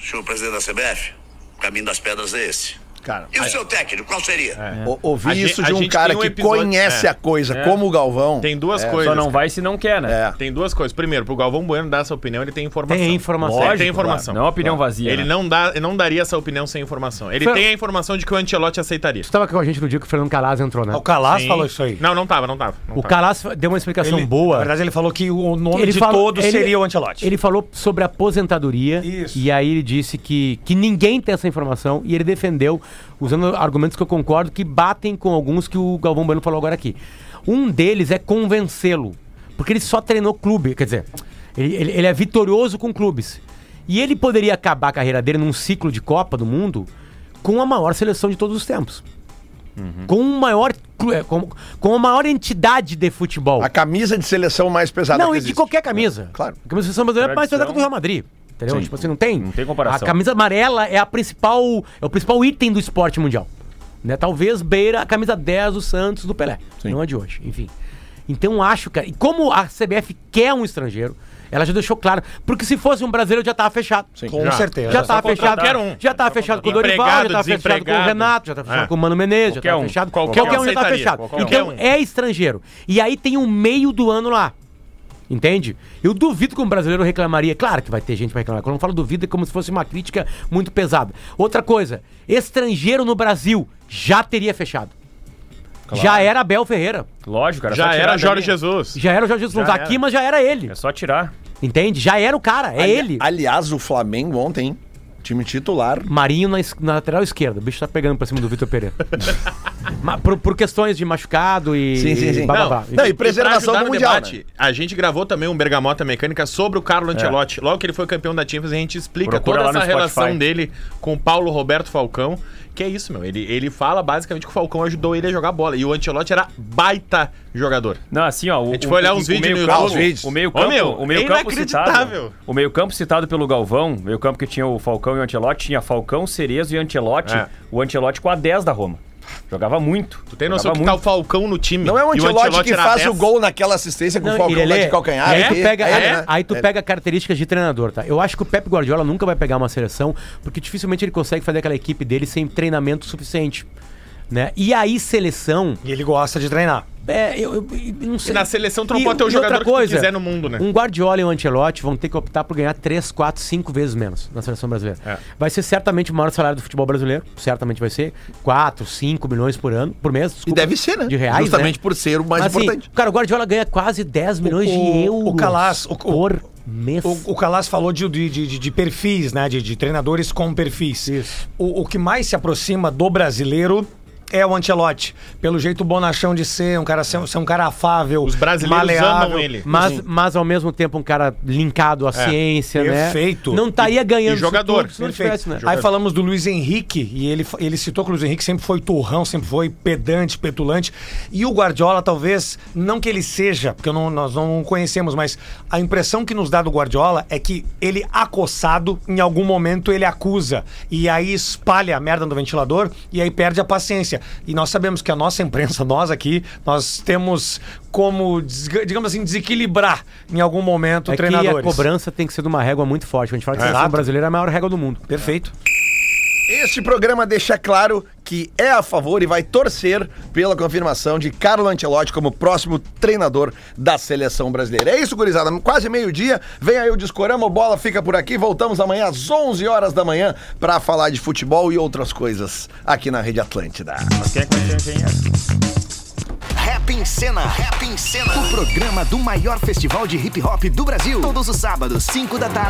Senhor presidente da CBF, o caminho das pedras é esse.
Cara, É.
E o seu técnico, qual seria?
o- ouvi
A
isso
gente-
de
a
um
gente
cara
tem um
que
episódio-
conhece
é.
a coisa, como o Galvão.
Tem duas
É,
coisas.
Só não vai se não quer, né?
É.
Tem duas coisas. Primeiro, pro Galvão Bueno dar essa opinião, ele tem informação.
Tem informação.
Ele
Lógico,
tem informação.
Não é uma opinião vazia.
Ele
né?
não, dá, ele não daria essa opinião sem informação. Ele
Fer-
tem a informação de que o Ancelotti aceitaria.
Tu tava com a gente no dia que o Fernando Calaz entrou,
Ah,
né?
O Calas
Sim.
falou isso aí.
Não, não tava, não tava. não
O
tava.
Calaz deu uma explicação
Ele- Na
boa.
verdade, ele falou que o nome de
falou-
todos seria o Antelote.
Ele falou sobre aposentadoria.
Isso.
E aí ele disse que, que ninguém tem essa informação. E ele defendeu, usando argumentos que eu concordo, que batem com alguns que o Galvão Bueno falou agora aqui. Um deles é convencê-lo. Porque ele só treinou clube. Quer dizer, ele, ele- ele é vitorioso com clubes. E ele poderia acabar a carreira dele num ciclo de Copa do Mundo com a maior seleção de todos os tempos.
Uhum.
Com, o maior, clu- é, com, com a maior entidade de futebol.
A camisa de seleção mais pesada.
Não,
que
e de
existe.
qualquer camisa.
Claro.
A camisa da seleção brasileira é mais pesada que a do Real Madrid. Entendeu?
Sim.
Tipo assim, não tem.
Não tem
A
comparação.
camisa amarela é a principal. É o principal item do esporte mundial. Né? Talvez beira a camisa 10 do Santos do Pelé. Não é de hoje, enfim. Então acho, cara. E como a CBF quer um estrangeiro, ela já deixou claro. Porque se fosse um brasileiro, já tava fechado.
Com
já.
certeza.
Já
Só
tava
contratar.
fechado.
Qualquer um.
Já tava fechado com o Dorival, já
Empregado,
tava fechado com o
desempregado.
Renato, já tava fechado
É.
com o Mano Menezes, já
Qualquer
tava
um.
fechado.
Qualquer
Qualquer, um já tava
aceitaria,
fechado.
qualquer
então
um.
é estrangeiro. E aí tem um meio do ano lá. Entende? Eu duvido que um brasileiro reclamaria. Claro que vai ter gente que vai reclamar. Quando eu falo duvido, é como se fosse uma crítica muito pesada. Outra coisa, estrangeiro no Brasil já teria fechado. Já era Abel Ferreira.
Lógico, cara.
Já
só tirar
era
da
Jorge
linha.
Jesus.
Já era o Jorge Jesus. Não tá aqui, mas já era ele.
É só tirar.
Entende? Já era o cara, é
Ali-
ele.
Aliás, o Flamengo ontem, time titular.
Marinho na, es- na lateral esquerda. O bicho tá pegando pra cima do Vitor
[LAUGHS]
Pereira. Ma- por, por questões de machucado e. e blá, blá, blá.
pra ajudar no debate, A gente gravou também um Bergamota Mecânica sobre o Carlo Ancelotti. Logo que ele foi campeão da Champions, a gente explica
Procura lá
toda
no
essa relação
Spotify.
dele com o Paulo Roberto Falcão. Que é isso, meu. Ele, ele fala basicamente que o Falcão ajudou ele a jogar bola. E o Ancelotti era baita jogador.
Não, assim, ó. O,
gente foi olhar uns vídeos no YouTube.
O meio-campo, o meio-campo
Ô, meu,
o
é
meio-campo
inacreditável.
citado. O meio-campo citado pelo Galvão, o meio-campo que tinha o Falcão e o Antelote, tinha Falcão, Cerezo e Antelote.
É.
O Antelote com a 10 da Roma. Jogava muito.
Tu Tem noção que tá o Falcão no time.
Não é o
E
Antelote, que
era
faz o
10.
gol naquela assistência com
Não,
o Falcão
Irelê,
lá de calcanhar.
aí tu
aqui.
é, pega, aí,
né?
aí tu
É.
pega características de treinador, tá? Eu acho que o Pep Guardiola nunca vai pegar uma seleção, porque dificilmente ele consegue fazer aquela equipe dele sem treinamento suficiente. Né? E aí, seleção.
E ele gosta de treinar.
É, eu, eu- eu não sei.
na seleção tu não pode ter o
outra
jogador que tu quiser no mundo, né?
Um Guardiola e um Ancelotti vão ter que optar por ganhar 3, 4, 5 vezes menos na seleção brasileira.
É.
Vai ser certamente o maior salário do futebol brasileiro. Certamente vai ser 4, 5 milhões por ano, por mês. desculpa,
deve ser, né?
De reais.
Justamente
né?
por ser o mais
Mas,
importante.
cara, o Guardiola ganha quase 10 milhões de euros.
O Calas, o,
por mês.
O, o Calas falou de, de, de, de perfis, né? De, de treinadores com perfis. O, o que mais se aproxima do brasileiro é o Ancelotti. Pelo jeito bonachão de ser, um cara ser, ser um cara afável, Os
brasileiros
maleável,
amam ele.
Mas, mas ao mesmo tempo um cara
É.
linkado à ciência, né?
Perfeito.
Não estaria ganhando. isso tudo se não
Perfeito.
tivesse, né?
Aí falamos do Luiz Henrique, e ele, fa- ele citou que o Luiz Henrique sempre foi turrão, sempre foi pedante, petulante. E o Guardiola, talvez, não que ele seja, porque eu não- nós não conhecemos, mas a impressão que nos dá do Guardiola é que ele, acossado, em algum momento ele acusa. E aí espalha a merda no ventilador e aí perde a paciência. E nós sabemos que a nossa imprensa, [LAUGHS] nós aqui, nós temos como, desga- digamos assim, desequilibrar em algum momento
É que a
treinadores.
cobrança tem que ser de uma régua muito forte. Quando a gente fala que a
Exato.
seleção brasileira é a maior régua do mundo.
Perfeito.
Este programa deixa claro que é a favor e vai torcer pela confirmação de Carlo Ancelotti como próximo treinador da seleção brasileira. É isso, gurizada. Quase meio-dia. Vem aí o Discorama, o Bola fica por aqui. Voltamos amanhã às 11 horas da manhã para falar de futebol e outras coisas aqui na Rede Atlântida.
Rap em Cena. Rap em Cena. O programa do maior festival de hip hop do Brasil. Todos os sábados, 5 da tarde.